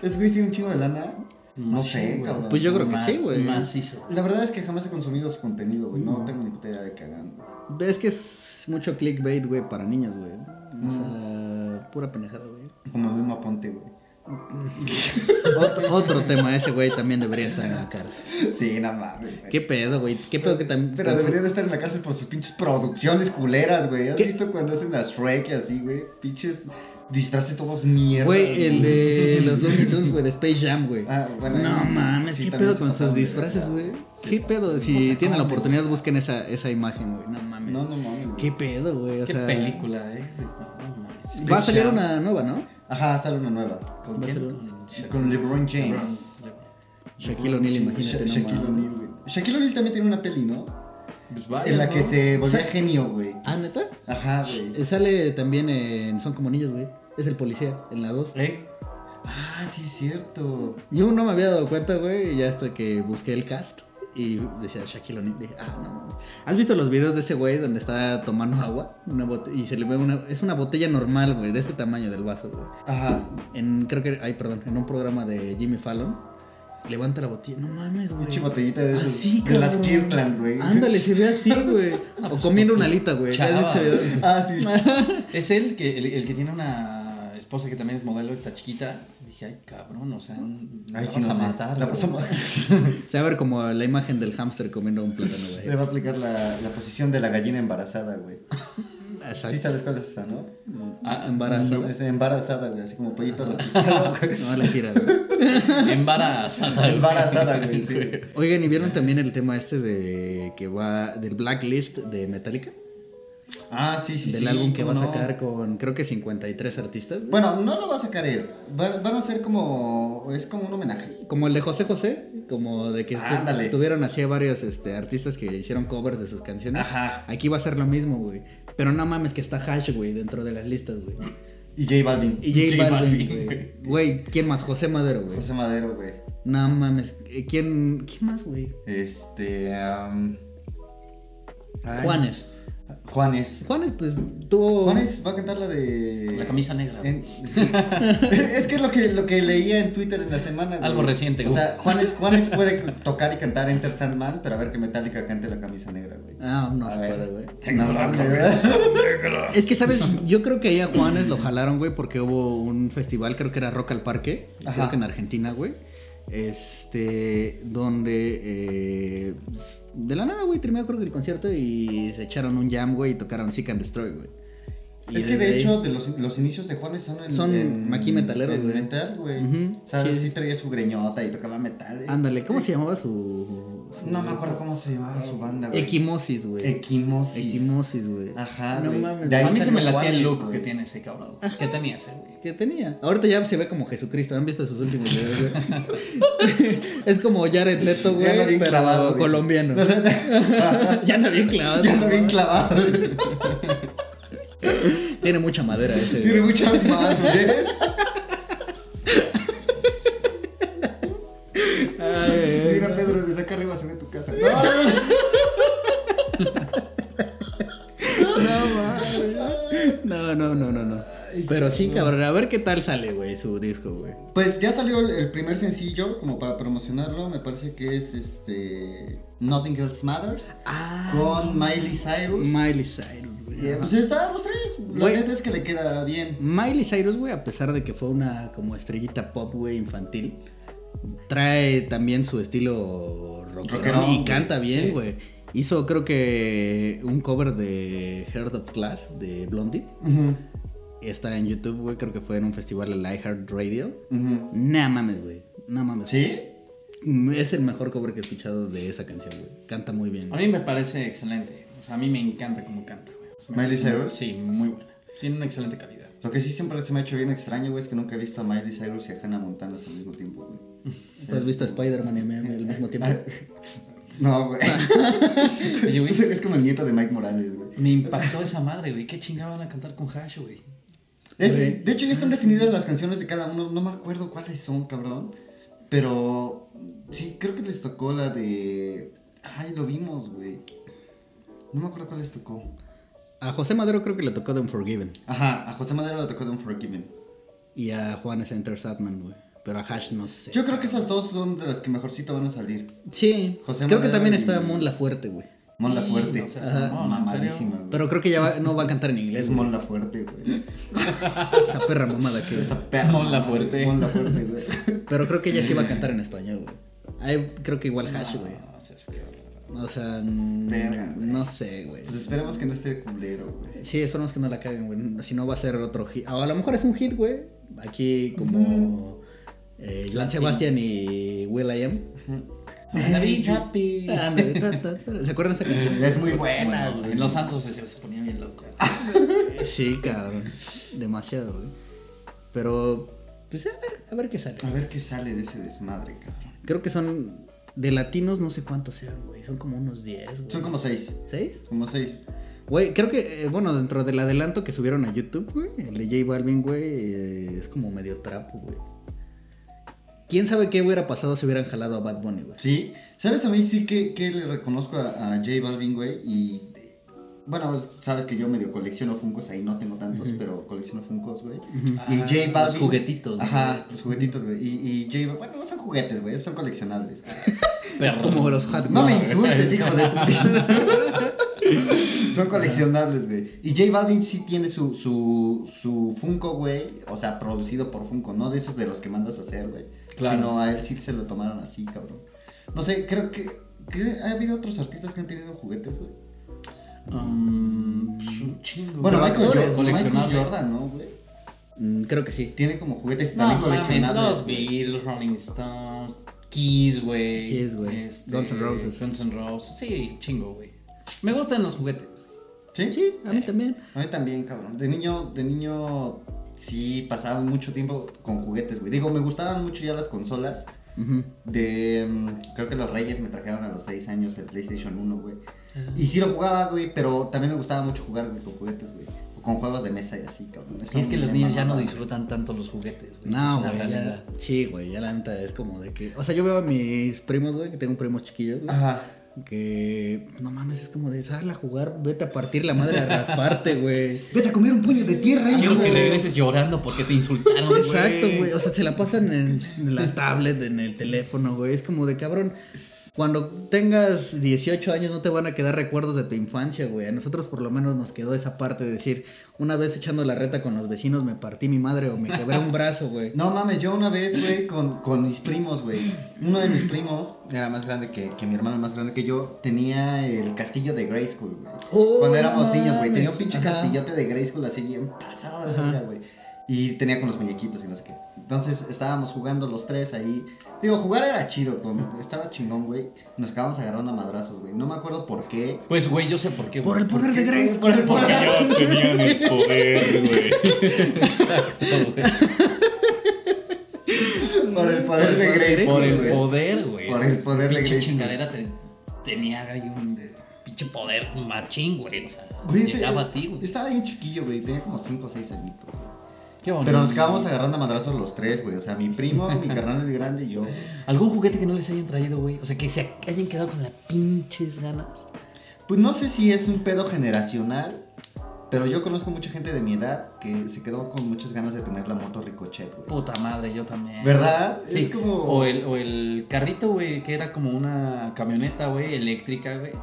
B: ¿Es güey tiene un chingo de lana? No sé,
C: güey.
B: cabrón.
A: Pues yo creo que
C: Ma-
A: sí, güey.
C: Macizo.
B: La verdad es que jamás he consumido su contenido, güey. No tengo ni puta idea de cagando.
A: Es que es mucho clickbait, güey, para niños, güey. O sea, pura penejada, güey.
B: Como a Memo Aponte, güey.
A: Otro, otro tema, ese güey también debería estar en la cárcel.
B: Sí, nada más, güey.
A: ¿Qué pedo, güey? ¿Qué pedo que también...
B: Pero debería de estar en la cárcel por sus pinches producciones culeras, güey. ¿Has
A: ¿Qué?
B: visto cuando hacen las Shrek y así, güey? Pinches disfraces todos mierda.
A: Güey, el de los Looney Tunes, güey, de Space Jam, güey.
B: Ah, bueno,
A: no
B: ahí-
A: mames,
B: sí,
A: ¿qué
B: también
A: pedo
B: se
A: con
B: pasaron
A: esos
B: de
A: disfraces,
B: verga.
A: güey? ¿Qué pedo? Si tienen
B: Puta,
A: la
B: ¿cómo me
A: oportunidad, busquen esa, esa imagen, güey. No mames.
B: No, no mames. güey.
A: ¿Qué pedo, güey? O
C: Qué
A: sea,
C: película, eh. No, no mames.
A: Va a salir
C: Jam.
A: una nueva, ¿no?
B: Ajá, sale una nueva.
C: ¿Con
A: Va a
C: quién?
A: ser
C: Con
B: Con LeBron James.
C: James.
A: Shaquille O'Neal, imagínate, no
B: Sha- Shaquille
A: mames. Ah,
B: O'Neal, güey. Shaquille O'Neal también tiene una peli, ¿no?
C: Pues vaya,
B: en la
C: ¿no?
B: que se volvía
A: O sea-
B: genio, güey.
A: ¿Ah, neta?
B: Ajá, güey.
A: Eh, Sale también en Son como niños, güey. Es el policía, en la 2.
C: ¿Eh?
B: Ah, sí, es cierto.
A: Yo no me había dado cuenta, güey, y ya hasta que busqué el cast y decía Shaquille O'Neal. Dije, ah, no mames. ¿Has visto los videos de ese güey donde está tomando agua? Una bote- y se le ve una. Es una botella normal, güey, de este tamaño del vaso, güey.
B: Ajá.
A: En, creo que. Ay, perdón, en un programa de Jimmy Fallon. Levanta la botella. No mames, güey.
B: Pinche botellita de esas.
A: Así,
B: de las
A: Ah, cabrón.
B: Kirkland, güey.
A: Ándale, se ve así, güey. o
C: pues,
A: comiendo
C: sí.
A: una alita, güey. ¿Ya has visto ese video? (laughs)
B: (laughs) Ah, sí.
C: Es él que, el, el que tiene una esposa que también es modelo, está chiquita. Dije, ay, cabrón, o sea, la
B: Ay,
C: vas
B: sí, no
C: a
B: sé.
C: matar.
B: La
C: güey.
B: vas a matar.
A: Se va a ver como la imagen del hámster comiendo un plátano,
B: Le
A: güey.
B: va a aplicar la, la posición de la gallina embarazada, güey. Sí
A: Exacto.
B: sabes cuál es esa, ¿no?
A: Ah, (laughs) embarazada.
B: Es embarazada, güey. Así como pollito rostizado, güey.
A: (laughs) No, la gira, güey.
C: (laughs) Embarazada.
B: (laughs)
C: güey.
B: Embarazada, güey, sí.
A: Oigan, ¿y vieron también el tema este de que va del blacklist de Metallica?
B: Ah, sí, sí, sí.
A: del álbum que va a
B: cómo no.
A: sacar con creo que 53 artistas. güey.
B: Bueno, no lo va a sacar él. Va- van a ser como. Es como un homenaje.
A: Como el de José José, como de que se-
B: Ándale.
A: tuvieron así a varios este, artistas que hicieron covers de sus canciones.
B: Ajá.
A: Aquí va a ser lo mismo, güey. Pero no mames que está Hash, güey, dentro de las listas, güey.
B: Y J Balvin.
A: Y J
C: J
A: Balvin,
C: Balvin,
A: güey. Güey, ¿quién más? José Madero, güey.
B: José Madero, güey.
A: No mames. eh, ¿Quién, quién más, güey?
B: Este. am, ay,
A: Juanes.
B: Juanes.
A: Juanes, pues tuvo.
B: Juanes va a cantar la de.
C: La camisa negra. güey.
B: En- (laughs) es que es lo que, lo que leía en Twitter en la semana. güey.
C: Algo reciente,
B: O sea, Juanes, Juanes puede c- tocar y cantar Enter Sandman, pero a ver que Metallica cante la camisa negra, güey.
A: Ah, no
B: A
A: se
B: ver.
A: puede, güey.
B: No, mames.
A: Es que,
B: (laughs)
A: ¿sabes? Yo creo que ahí a Juanes lo jalaron, güey, porque hubo un festival, creo que era Rock al Parque, creo
B: Ajá.
A: que en Argentina, güey. Este, donde eh, de la nada, güey, terminó creo que el concierto y se echaron un jam, güey, y tocaron Seek and Destroy, güey. Y
B: Es que
A: desde
B: de
A: ahí-
B: hecho, de los, los inicios de Juanes son en.
A: Son
B: en-
A: maquí metaleros,
B: en
A: güey.
B: metal, güey.
A: Ujú,
B: O sea,
A: sí.
B: sí. traía su greñota y tocaba metal. eh.
A: Ándale, ¿cómo se llamaba su. su-
B: No me acuerdo cómo se llamaba su banda, güey.
A: Equimosis, güey.
B: Equimosis.
A: Equimosis, güey.
B: Ajá,
A: No
B: güey.
A: mames.
B: De ahí
A: A
C: A mí se
B: salió
C: me latía el
B: Juanes,
C: look
B: güey.
C: que tiene ese cabrón. ¿Qué tenía ese, güey?
A: que tenía. Ahorita ya se ve como Jesucristo. ¿Han visto sus últimos videos, güey? (laughs) es como Jared Leto,
B: Ya anda
A: güey,
B: bien
A: pero
B: clavado, dice. (laughs)
A: colombiano. ya anda bien clavado.
B: (laughs) Ya anda bien clavado.
A: Tiene mucha madera ese.
B: (laughs) Tiene
A: güey.
B: mucha más, güey. Mira, Pedro, desde acá arriba se ve tu casa. No,
A: No, mames. no, no, no, no, no. Pero sí, cabrón. A ver qué tal sale, güey, su disco, güey.
B: Pues ya salió el, el primer sencillo, como para promocionarlo, me parece que es este. Nothing Else Matters.
A: Ah,
B: Con Miley Cyrus.
A: Miley Cyrus, güey.
B: Y, eh, pues está a los tres. La
A: Güey.
B: neta es que le queda bien.
A: Miley Cyrus, güey, a pesar de que fue una como estrellita pop, güey, infantil, trae también su estilo rockero
B: Rockerón,
A: y canta
B: güey,
A: bien,
B: sí.
A: güey. Hizo, creo que, un cover de Heart of Glass de Blondie.
B: Ujú,
A: Está en YouTube, güey, creo que fue en un festival de Lightheart Radio.
B: ujú.
A: Nah mames, güey. Nah mames.
B: ¿Sí?
A: Es el mejor cover que he escuchado de esa canción, güey. Canta muy bien.
C: A mí me parece excelente. O sea, a mí me encanta cómo canta, güey. O sea, me
B: ¿Miley
C: parece-
B: Cyrus?
C: Sí, muy buena. Tiene una excelente calidad.
B: Lo que sí siempre se me ha hecho bien extraño, güey, es que nunca he visto a Miley Cyrus y a Hannah Montana al mismo tiempo, güey.
A: ¿Tú has visto a Spider-Man y a mí al mismo tiempo?
B: No, güey.
C: Oye, güey,
B: es como el nieto de Mike Morales, güey.
C: me impactó esa madre, güey. ¿Qué chingada van a cantar con Hash, güey?
B: Es-
A: Güey.
B: de hecho, ya están definidas las canciones de cada uno. No me acuerdo cuáles son, cabrón. Pero sí, creo que les tocó la de. Ay, lo vimos, güey. No me acuerdo cuál les tocó.
A: A José Madero creo que le tocó The Unforgiven.
B: Ajá, a José Madero le tocó de Unforgiven.
A: Y a Juan Enter Satman, güey. Pero a Hash no sé.
B: Yo creo que esas dos son de las que mejorcito van a salir.
A: Sí.
B: José
A: creo que
B: Madero
A: también
B: y-
A: está Mon La Fuerte, güey.
B: Mon la
C: Sí,
B: Fuerte.
C: no seas mamón, ¿en serio?
B: Mamadísima, güey.
A: Pero creo que ya va- no va a cantar en inglés,
B: Es
A: güey.
B: Mon la Fuerte, güey.
A: Esa perra mamada que es.
B: Esa perra.
C: Mon
B: mamá,
C: Laferte.
B: güey. Mon Laferte, güey. (laughs) Pues
A: Pero creo que ella sí va a cantar en español, güey. Ahí creo que igual Hash, güey.
C: No, o sea, es que...
A: O sea, mm,
B: Verga, güey.
A: no sé, güey.
B: Pues esperemos que no esté culero, güey.
A: Sí, esperamos que no la caguen, güey. Si no va a ser otro hit. O a lo mejor es un hit, güey. Aquí como eh, Joan Sebastián y Will I Am. Ah,
C: Be
A: (laughs)
C: happy.
A: ¿Se acuerdan de esa canción?
B: Es muy buena,
C: Bueno,
B: güey.
C: en los santos se, se ponía bien loco. Ah,
A: Sí, cabrón. Demasiado, güey. Pero, pues a ver, a ver qué sale.
B: A ver qué sale de ese desmadre, cabrón.
A: Creo que son de latinos, no sé cuántos sean, güey. Son como unos 10, güey.
B: Son como seis.
A: ¿Seis?
B: Como seis.
A: Güey, creo que, eh, bueno, dentro del adelanto que subieron a YouTube, güey, el de J Balvin, güey, eh, es como medio trapo, güey. ¿Quién sabe qué hubiera pasado si hubieran jalado a Bad Bunny, güey?
B: Sí. ¿Sabes a mí sí que, que le reconozco a, a J Balvin, güey? Y. eh, Bueno, es- sabes que yo medio colecciono Funkos, ahí no tengo tantos, pero colecciono Funkos, güey. Y
C: Ah,
B: J Balvin.
C: los juguetitos, ¿no?
B: Ajá, los juguetitos, güey. Y, y J Balvin. Bueno, no son juguetes, güey, son coleccionables.
A: Es como los Hot
B: No me
A: Wheels.
B: insultes, hijo
C: (laughs)
B: de tu (laughs) Son coleccionables, güey. Y J Balvin sí tiene su, su, su Funko, güey. O sea, producido por Funko, no de esos de los que mandas a hacer, güey.
C: Claro.
B: Sino a él sí se lo tomaron así, cabrón. No sé, creo que. que ha habido otros artistas que han tenido juguetes, güey.
C: Um, pues, un chingo.
B: Bueno,
C: güey.
B: Michael,
C: Pero
B: Jordan, Michael
C: coleccionable.
B: Jordan, ¿no, güey?
A: Mm, creo que sí.
B: Tiene como juguetes
C: No,
B: también
C: mames,
B: coleccionables.
C: los
B: güey.
C: Beatles, Rolling Stones, Kiss, güey. este,
A: Kiss, güey. Guns N' Roses.
C: Guns N' Roses. Sí, chingo, güey. Me gustan los juguetes.
B: ¿Sí?
A: Sí, a mí también.
B: A mí también, cabrón. De niño, de niño sí pasaba mucho tiempo con juguetes, güey. Digo, me gustaban mucho ya las consolas.
A: Ujú.
B: De. mm, creo que los Reyes me trajeron a los 6 años el PlayStation 1, güey.
C: Ah.
B: Y sí lo jugaba, güey, pero también me gustaba mucho jugar, güey, con juguetes, güey. O con juegos de mesa y así, cabrón. Eso
C: Y es que
B: me
C: los niños ya
B: mamaba,
C: no
B: güey.
C: disfrutan tanto los juguetes, güey.
A: No,
C: Es una
A: güey, ya,
C: realidad.
A: sí, güey, ya la neta es como de que, o sea, yo veo a mis primos, güey, que tengo primos chiquillos, güey,
B: Ajá.
A: que, no mames, es como de, sal a jugar, vete a partir la madre a rasparte, güey.
B: Vete a comer un puño de tierra, hijo.
C: Quiero que regreses llorando porque te insultaron, güey.
A: Exacto, güey, o sea, se la pasan en, en la tablet, en el teléfono, güey, es como de, cabrón, Cuando tengas 18 años no te van a quedar recuerdos de tu infancia, güey. A nosotros por lo menos nos quedó esa parte de decir, una vez echando la reta con los vecinos me partí mi madre o me quebré un brazo, güey.
B: No mames, yo una vez, güey, con, con mis primos, güey. Uno de mis primos era más grande que, que mi hermano, más grande que yo. Tenía el castillo de Grayskull, güey.
A: Oh,
B: Cuando éramos
A: mames.
B: niños, güey. Tenía un pinche
A: Ajá.
B: castillote de Grayskull así bien pasado de verga, güey. Y tenía con los muñequitos y no sé qué. Entonces estábamos jugando los tres ahí. Digo, jugar era chido, con, estaba chingón, güey. Nos acabamos agarrando a madrazos, güey. No me acuerdo por qué.
C: Pues, güey, yo sé por qué.
A: Por
C: güey.
A: el poder de Grace.
B: Por el
D: Porque
B: poder.
D: yo tenía el poder, güey.
C: Exacto, güey.
B: Por el poder de Grayskull,
C: (laughs) Por el
B: güey.
C: poder, güey.
B: Por el poder de
C: Pinche
B: Grace.
C: chingadera te- tenía ahí un de- pinche poder machín, güey. O sea,
B: Güey, te-
C: llegaba a ti, güey.
B: Estaba bien chiquillo, güey. Tenía como 5 o 6 añitos.
C: Qué bonito.
B: Pero nos acabamos agarrando a madrazos los tres, güey. O sea, mi primo,
C: (laughs)
B: mi carnal el grande y yo. güey.
C: ¿Algún juguete que no les hayan traído, güey? O sea, que se hayan quedado con las pinches ganas.
B: Pues no sé si es un pedo generacional, pero yo conozco mucha gente de mi edad que se quedó con muchas ganas de tener la moto Ricochet, güey.
C: Puta madre, yo también.
B: ¿Verdad?
C: Sí.
B: Es como-
C: O el, o el carrito, güey, que era como una camioneta, güey, eléctrica, güey.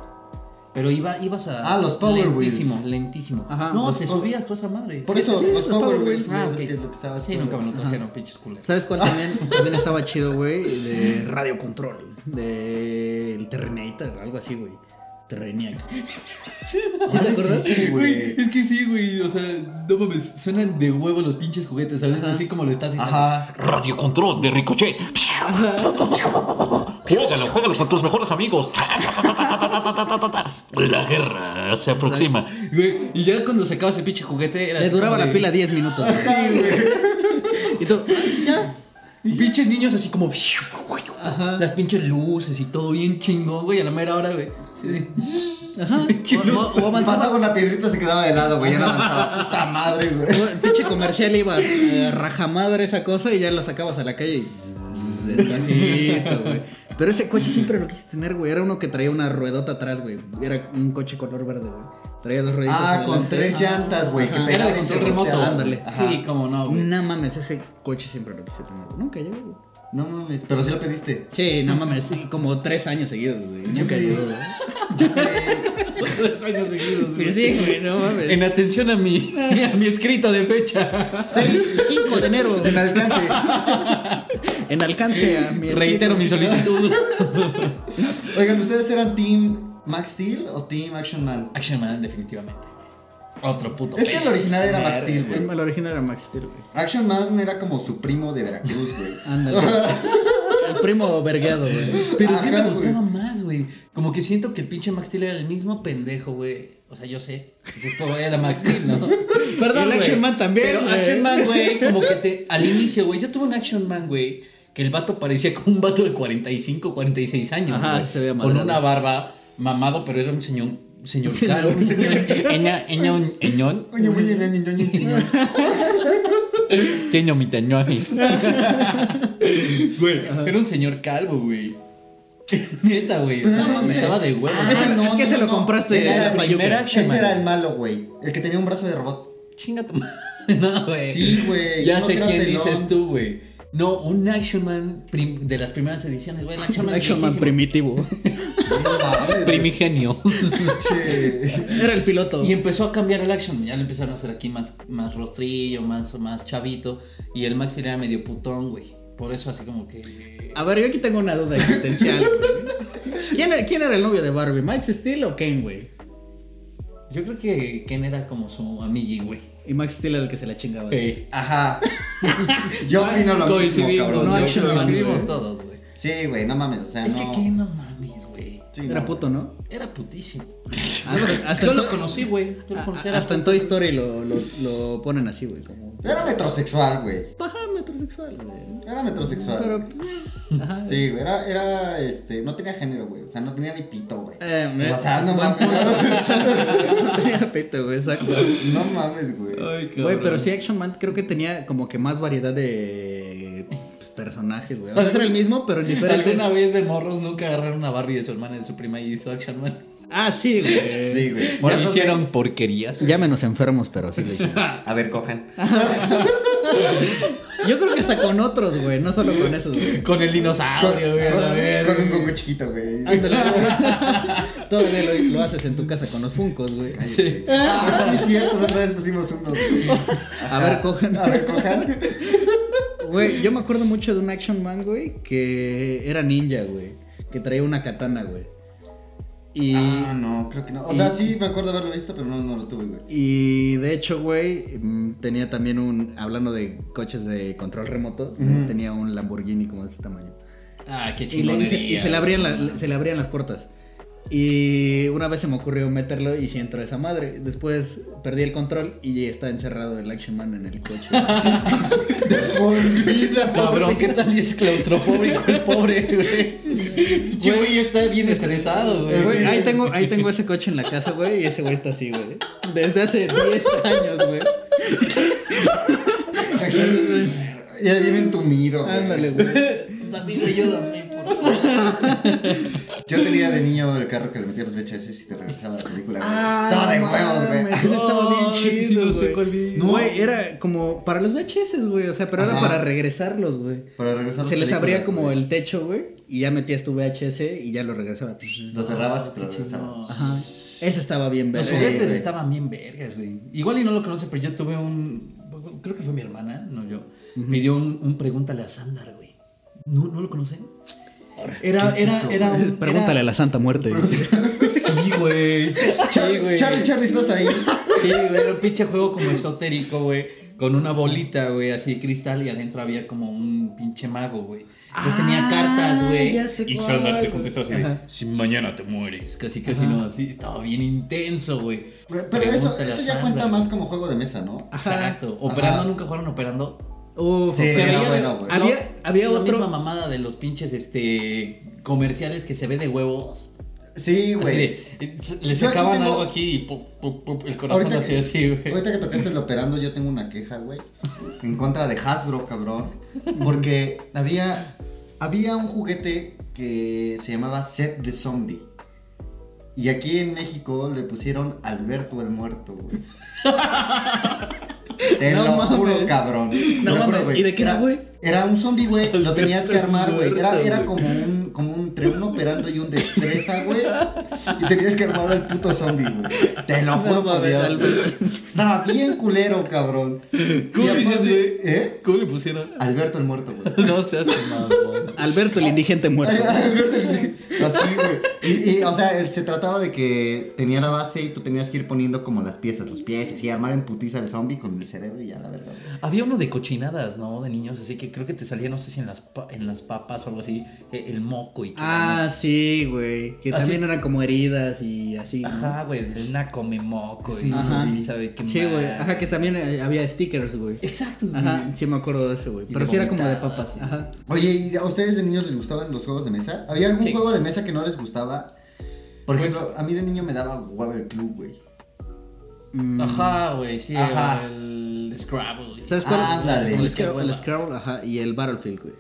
C: Pero iba, ibas a.
B: Ah, los Power
C: Lentísimo,
B: Wheels.
C: lentísimo.
A: Ajá.
C: no,
B: Los
C: te
B: Power-
C: subías tú a esa madre.
B: Por
C: Sí,
B: eso,
C: sí, sí,
B: los Power Wheels, güey,
C: Ah,
B: los
C: ok.
B: que le pisabas
C: Sí,
B: tú,
C: nunca me
B: güey.
C: lo trajeron, pinches culeros.
A: ¿Sabes cuál también? también estaba chido, güey? De Radio Control. De el Terrenator, algo así, güey. Terreniac.
B: ¿Ya te acuerdas? Sí, güey.
C: Ah, Güey, es que sí, güey. O sea, no mames, suenan de huevo los pinches juguetes, ¿sabes? Así como lo estás
B: (laughs)
C: diciendo.
B: Ajá.
D: Radio Control de Ricochet. Juégalo, juégalo con tus mejores amigos. La guerra se aproxima.
C: Güey, y ya cuando se acaba ese pinche juguete, era
A: Le
C: así
A: duraba
C: como
A: la
C: de-
A: pila 10 minutos. güey. Y tú, "Ay, ya.
C: Y pinches niños así como. Las pinches luces y todo bien chingón, güey. A la mera hora, güey. (laughs)
A: Ajá. O, o- o avanzaba.
B: Pasaba una piedrita, se quedaba de lado, güey. Ya no
C: (laughs)
B: avanzaba. Puta madre, güey.
A: o el (laughs) pinche comercial iba eh, rajamadre esa cosa y ya lo sacabas a la calle y. despacito, güey. Pero ese coche siempre lo quise tener, güey. Era uno que traía una ruedota atrás, güey. Era un coche color verde, güey. Traía dos rueditas.
B: Ah,
A: adelante.
B: con tres llantas, güey. Que
A: Ajá. Ah, Era
B: pegaba y
A: con
B: se
A: control remoto,
B: volteaba.
A: ándale.
B: Ajá.
C: Sí, como no, güey.
A: No mames, ese coche siempre lo quise tener. güey. Nunca llegó, güey.
B: No mames, pero sí lo pediste.
A: Sí, no mames, sí, como tres años seguidos, güey. Nunca
B: pedí.
A: llegó, güey.
C: (laughs) Tres años seguidos, güey.
A: Pues Sí, güey, no mames.
C: En atención
A: (laughs)
C: a mi, a mi escrito de fecha.
A: 5 de enero.
B: En alcance.
A: En alcance a mi
C: Reitero mi
A: (laughs)
C: solicitud.
B: Oigan, ¿ustedes eran Team Max Steel o Team Action Man?
C: Action Man, definitivamente. Otro puto.
B: Es que el
C: pedo.
B: original era Max Steel, güey.
A: El original era Max Steel, güey.
B: Action Man era como su primo de Veracruz, güey.
A: Ándale. El primo vergueado, güey.
C: Pero sí me
B: Ajá,
C: gustaba más, Ah, güey. Como que siento que el pinche Max Steel era el mismo pendejo, güey. O sea, yo sé. Pues esto era Max Steel, (laughs) ¿no?
A: Y el
C: güey.
A: Action Man también,
C: Pero
A: güey.
C: Action Man, güey, como que te. Al inicio, güey. Yo tuve un Action Man, güey. Que el vato parecía como un vato de 45, 46 años.
A: Ajá,
C: güey,
A: se veía
C: Con
A: madreado.
C: una barba, mamado, pero era un señor. Señor
A: Sí,
C: caro.
A: un señor.
C: Eña- eñón- eñón.
B: Oye, güey, ña, ña, ña, ña, ña.
C: Teño mi teño a mí. Güey, era un señor calvo, güey. (laughs) Neta, güey.
B: Pero
C: Estaba,
B: entonces-
C: estaba de huevo.
B: Ah,
A: Ese-
B: no,
A: es que
B: no,
A: se lo
B: no.
A: compraste
B: Ese
A: en
B: era
A: la
B: el
A: payuca.
B: primer Action
C: Man.
B: Ese era el malo, güey. El que tenía un brazo de robot.
C: Chinga tu madre. (laughs) No, güey.
B: Sí, güey,
C: Ya
B: uno
C: sé
B: que era
C: quién
B: pelón.
C: dices tú, güey. No, un Action Man prim- de las primeras ediciones, güey. El
A: Un
C: Action Man, es
A: Action Man
C: viejísimo.
A: primitivo.
B: No mames, güey.
C: primigenio.
B: Che.
A: Era el piloto.
C: (laughs) Y empezó a cambiar el Action Man. Ya le empezaron a hacer aquí más, más rostrillo, más, más chavito. Y el Max era medio putón, güey. Por eso así como que...
A: A ver, yo aquí tengo una duda existencial. güey. ¿Quién, era- ¿Quién era el novio de Barbie? ¿Max Steel o Ken, güey?
C: Yo creo que Ken era como su amigui, güey.
A: Y Max Steel era el que se la chingaba.
C: Eh,
B: Ajá. Yo opino lo mismo,
C: coincidimos,
B: cabrón.
A: no,
B: Yo
A: Action
B: opino lo
A: Man,
B: mismo.
A: coincidimos.
C: todos, güey.
B: Sí, güey, no mames. O sea,
C: Es que
B: no.
C: qué no mames, güey.
B: Sí,
A: Era
B: no,
A: puto, ¿no?
C: Era putísimo. (laughs)
A: Hasta- Ah, hasta
C: Yo
A: en
C: lo
A: to-
C: conocí, güey. Yo lo conocí.
A: a-
C: era
A: Hasta en Toy Story lo, lo, lo ponen así, güey. Como.
B: güey. Era metrosexual, güey.
A: Ajá, metrosexual, güey.
B: Era metrosexual.
A: Pero. (laughs) Ajá.
B: Sí, güey, era, era, este, no tenía género, güey. O sea, no tenía ni pito, güey.
A: Eh, me-
B: o sea, no mames.
A: (laughs) No tenía pito, güey, exacto.
B: no mames, güey.
A: Güey, pero sí Action Man creo que tenía como que más variedad de pues, personajes, güey. O
B: (laughs)
A: sea, era el mismo, pero en diferentes.
C: Alguna vez de morros nunca agarraron a Barbie de su hermana y de su prima y hizo Action Man.
A: Ah, sí, güey.
B: Sí, güey.
C: Por
B: eso
C: hicieron porquerías.
B: (laughs)
A: Ya menos enfermos, pero sí lo hicieron.
B: se- A ver, cojan.
A: Yo creo que hasta con otros, güey, no solo con esos, güey.
C: Con el dinosaurio, güey. a la verga,
B: con un
C: güey.
B: coco chiquito, güey. (laughs)
A: Ándale, güey. Todavía lo, lo haces en tu casa con los funcos, güey.
B: Ay, güey. Ah, sí, es cierto, la otra vez pusimos unos. güey. Ajá.
A: ver, cojan.
B: Ah, A ver, cojan.
A: Güey, yo me acuerdo mucho de un Action Man, güey, que era ninja, güey. Que traía una katana, güey. Y,
B: Ah, no, creo que no. O sea, sí me acuerdo haberlo visto, pero no, no lo tuve, güey.
A: y de hecho, güey, mm, tenía también un. Hablando de coches de control remoto, eh, tenía un Lamborghini como de este tamaño.
C: Ah, qué
A: Y, le- y
C: chilonería.
A: se, y se le abrían la- le- se le abrían las puertas. Y una vez se me ocurrió meterlo y si entró esa madre. Después perdí el control y está encerrado el Action Man en el coche.
B: Por (laughs) vida,
C: Cabrón, ¿qué tal y es claustrofóbico el pobre, güey? Che, güey, está bien estresado,
A: Güey,
C: güey.
A: ahí, tengo, ahí tengo ese coche en la casa, güey, y ese güey está así, güey. Desde hace 10 años, güey.
B: Ya viene entumido, güey.
A: Ándale, güey.
C: David, ayúdame, por favor.
B: Yo tenía de niño el carro que le metía los VHS y te regresaba la película, güey.
A: Ah,
B: Estaba de
A: no
B: huevos,
A: mames,
B: güey.
A: ese Estaba bien
C: No, ese Oh, sí
A: chido,
C: no sé
A: güey.
C: cuál vi.
A: No, güey, era como para los VHS, güey, o sea, pero era
B: Ajá.
A: para regresarlos, güey.
B: Para regresar
A: Se les abría como
B: el...
A: el techo, güey, y ya metías tu VHS y ya lo regresaba.
B: Lo cerrabas y te lo regresabas.
A: Ajá. Ese estaba bien verde.
C: Los
B: Sí,
C: juguetes
B: güey.
C: estaban bien vergas, güey. Igual y no lo conoce, pero yo tuve un. Creo que fue mi hermana, no yo. Me dio un, un pregúntale a Sandar, güey. ¿No, ¿No lo conocen? Era,
B: ¿qué es
C: era,
B: eso,
C: era un. era-
A: (laughs) Pregúntale a la Santa Muerte. (laughs)
C: Sí, güey. (laughs) Sí, güey.
B: Charlie, Charlie, estás ahí.
C: Sí, güey, era un pinche juego como esotérico, güey. Con una bolita, güey, así de cristal y adentro había como un pinche mago, güey. Entonces
A: Ah,
C: tenía cartas, güey.
D: Y Sandar te contestaba así: de, Si mañana te mueres.
C: Es casi, casi no, así. Estaba bien intenso, güey.
B: Pero eso,
C: Pregúntale a
B: eso ya
C: Sandra,
B: cuenta
C: güey.
B: más como juego de mesa, ¿no?
C: Exacto. Operando, nunca jugaron operando.
A: Uf,
B: Sí,
A: se
B: era
A: veía-
B: bueno, güey.
A: Había- había
C: la
A: otro-
C: misma mamada de los pinches este comerciales que se ve de huevos.
B: Sí,
C: Así
B: güey.
C: de, eh, le
B: Yo aquí
C: sacaban
B: tengo-
C: algo aquí y pu- pu- pu- el corazón
B: Ahorita
C: así,
B: que-
C: así, güey.
B: Ahorita que tocaste el operando, yo tengo una queja, güey. En contra de Hasbro, cabrón. Porque había, había un juguete que se llamaba Set de Zombie. Y aquí en México le pusieron Alberto el Muerto,
A: (laughs)
B: güey. Te
A: No
B: lo juro,
A: mames.
B: cabrón. Te
A: No
B: lo juro,
A: mames. ¿Y de qué era, güey?
B: Era un zombie, güey. Lo tenías que
D: el
B: armar, güey. Era,
D: Muerto,
B: era
D: güey.
B: como un, como un, entre un operando y un destreza, güey. Y tenías que armar el puto zombie, güey. Te lo
A: No
B: juro por
A: mames,
B: Dios,
A: Alberto.
B: güey. Estaba bien culero, cabrón.
D: ¿Cómo
B: Y
D: dices,
B: aparte-
D: güey?
B: ¿Eh?
D: ¿Cómo le pusieron?
B: Alberto el muerto, güey. (laughs)
C: (laughs) No seas mamón.
A: Alberto el indigente muerto.
C: (laughs)
B: Alberto el- Así, güey. Y, y, o sea, él- se trataba de que tenía la base y tú tenías que ir poniendo como las piezas, los pies, así, armar en putiza el zombie con el cerebro y ya, la verdad.
C: Había uno de cochinadas, ¿no? De niños, así que creo que te salía, no sé si en las, pa- en las papas o algo así, eh, el moco y que-
A: Ah, sí, güey. Que
C: Ah,
A: también eran como heridas y así. ¿no?
C: Ajá, güey, el naco me moco.
B: Sí,
C: y
A: ajá.
C: y sabe qué
A: Sí, güey.
C: mal.
A: Ajá, que también eh, había stickers, güey.
C: Exacto, güey.
A: Ajá, sí me acuerdo de ese, güey.
B: Y
A: Pero
B: de
A: sí era como de
C: vomitadas,
A: papas.
C: sí.
A: Ajá.
B: Oye, ¿y a ustedes de niños les gustaban los juegos de mesa? ¿Había algún
C: Sí.
B: juego de mesa que no les gustaba? Por
C: Pues-
B: ejemplo, a mí de niño me daba hueva el club, güey.
C: Ajá, güey, sí,
B: Ajá.
C: el Scrabble. Ah,
A: ¿Sabes cuál? el,
B: Ándale.
C: Es que
A: Scrabble,
C: hueva.
A: el Scrabble, ajá. Y el Battlefield, güey.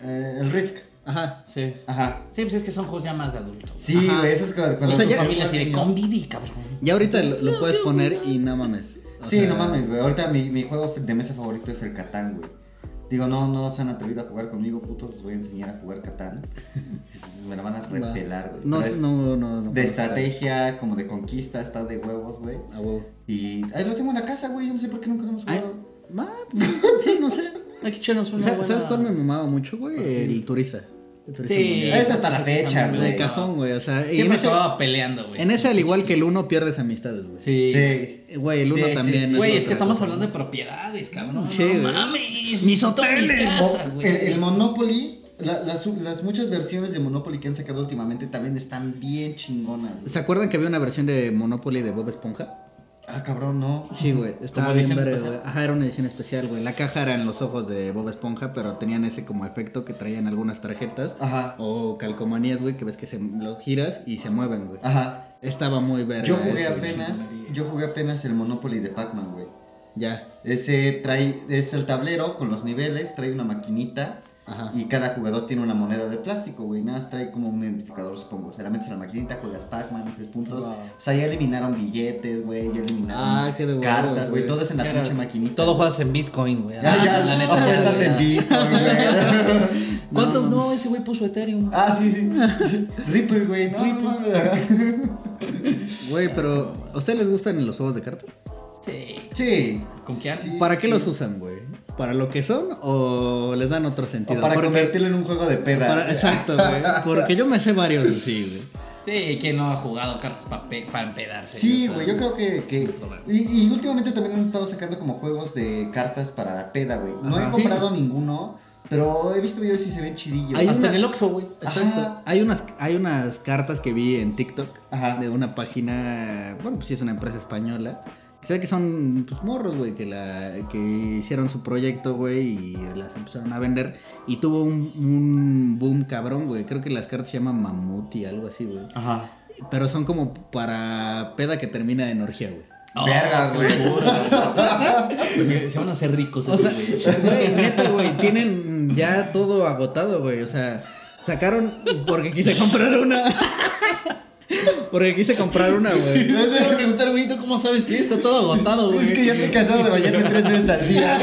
B: Eh, el Risk.
A: Ajá.
C: Sí.
B: Ajá.
C: Sí, pues es que son juegos ya más de adultos.
B: Sí,
A: Ajá.
B: güey, eso es cuando... cuando
A: O sea,
B: tus
A: ya-
B: amigos-
C: familia así de conviví, cabrón.
A: Ya ahorita lo, lo puedes poner y no mames. O
B: Sí,
A: sea,
B: no mames, güey. Ahorita mi, mi juego de mesa favorito es el Catán, güey. Digo, no, no se han atrevido a jugar conmigo, puto. Les voy a enseñar a jugar
A: (laughs)
B: Catán. Es- me la van a
A: va.
B: repelar, güey.
A: No,
B: Pero
A: sé,
B: es
A: no, no, no.
B: De
A: puedo.
B: estrategia, como de conquista, está de huevos, güey.
A: A huevo.
B: Y ahí lo tengo en la casa, güey. Yo no sé por qué nunca lo hemos
A: Ay,
B: jugado.
A: ma, sí, no sé.
C: Hay que echarnos una
A: Sa-
C: buena-
A: ¿Sabes cuál me mamaba mucho, güey? El turista. El turista
C: Sí.
A: mundial.
B: Es hasta la
C: Sí,
B: fecha,
C: también,
A: En el
B: güey.
A: cajón, güey. O sea, y en
C: Siempre
A: ese,
C: acababa peleando, güey.
A: en ese, al igual que el uno, pierdes amistades, güey.
C: Sí.
B: Sí.
A: Eh, Güey, el uno
B: Sí, sí,
A: también.
B: sí.
C: Güey, es
A: otra
C: que estamos
A: cosa.
C: hablando de propiedades, cabrón.
A: Sí,
C: no
A: güey.
C: mames, mis hoteles. Mi casa,
B: O-
C: güey.
B: el, el Monopoly, la- las, las muchas versiones de Monopoly que han sacado últimamente también están bien chingonas. güey.
A: ¿Se acuerdan que había una versión de Monopoly de Bob Esponja?
B: Ah, cabrón, no.
A: Sí, güey. Estaba
C: ¿Como
A: bien
C: edición
A: verga,
C: especial?
A: güey. Ajá, era una edición especial, güey. La caja eran los ojos de Bob Esponja, pero tenían ese como efecto que traían algunas tarjetas
B: Ajá.
A: o calcomanías, güey, que ves que se lo giras y se mueven, güey.
B: Ajá.
A: Estaba muy verga.
B: Yo jugué
A: eso,
B: apenas, yo jugué apenas el Monopoly de Pac-Man, güey.
A: Ya.
B: Ese trae, es el tablero con los niveles, trae una maquinita
A: Ajá.
B: Y cada jugador tiene una moneda de plástico, güey. Nada más trae como un identificador, supongo. Se la metes a la maquinita, juegas Pac-Man, haces puntos.
C: Wow.
B: O sea, ya eliminaron billetes, güey. Ya eliminaron
A: Ah, qué de huevos,
B: cartas, güey.
A: güey.
B: Todo es en la
C: Ya era-
B: pinche maquinita.
C: Todo juegas en Bitcoin, güey.
B: Ya, Ah, ya,
C: la neta. ya,
B: Apuestas
C: ya.
B: en Bitcoin, güey.
C: ¿Cuántos? No, ese güey puso Ethereum.
B: Ah, sí, sí. Ripple, güey. No, mames.
A: Güey, pero ¿a ustedes les gustan los juegos de cartas?
C: Sí.
B: Sí.
C: ¿Con qué
B: Sí,
A: ¿Para qué
B: sí.
A: los usan, güey? ¿Para lo que son o les dan otro
B: O
A: sentido?
B: para
A: Porque-
B: convertirlo en un juego de peda.
A: para- exacto,
B: (laughs)
A: güey. Porque yo me sé varios así, güey.
C: Sí, ¿quién no ha jugado cartas para empedarse?
B: Sí,
C: O sea,
B: güey, yo creo que... que- y, y últimamente también han estado sacando como juegos de cartas para peda, güey. No he
C: Ajá.
B: comprado ninguno, pero he visto videos y se ven chidillos.
A: Hay
C: Hasta
A: una-
C: en el Oxxo, güey.
A: Exacto.
B: Ajá.
A: Hay unas, hay unas cartas que vi en TikTok
B: Ajá.
A: de una página, bueno, pues sí es una empresa española. que Se ve que son pues, morros, güey, que, la, que hicieron su proyecto, güey, y las empezaron a vender. Y tuvo un, un boom cabrón, güey. Creo que las cartas se llaman Mamut y algo así,
B: Ah.
A: güey.
D: Ajá.
A: Pero son como para peda que termina en orgía, güey.
B: Verga, güey. (laughs)
C: Porque se van a hacer ricos.
A: O sea,
C: esos, güey.
A: güey, neta, güey, tienen ya todo agotado, güey. O sea, sacaron porque quise comprar una. Porque quise comprar una, güey.
C: Yo te iba a preguntar, güey, ¿tú cómo sabes que está todo agotado, güey?
B: Es que ya estoy cansado de bañarme tres veces al día.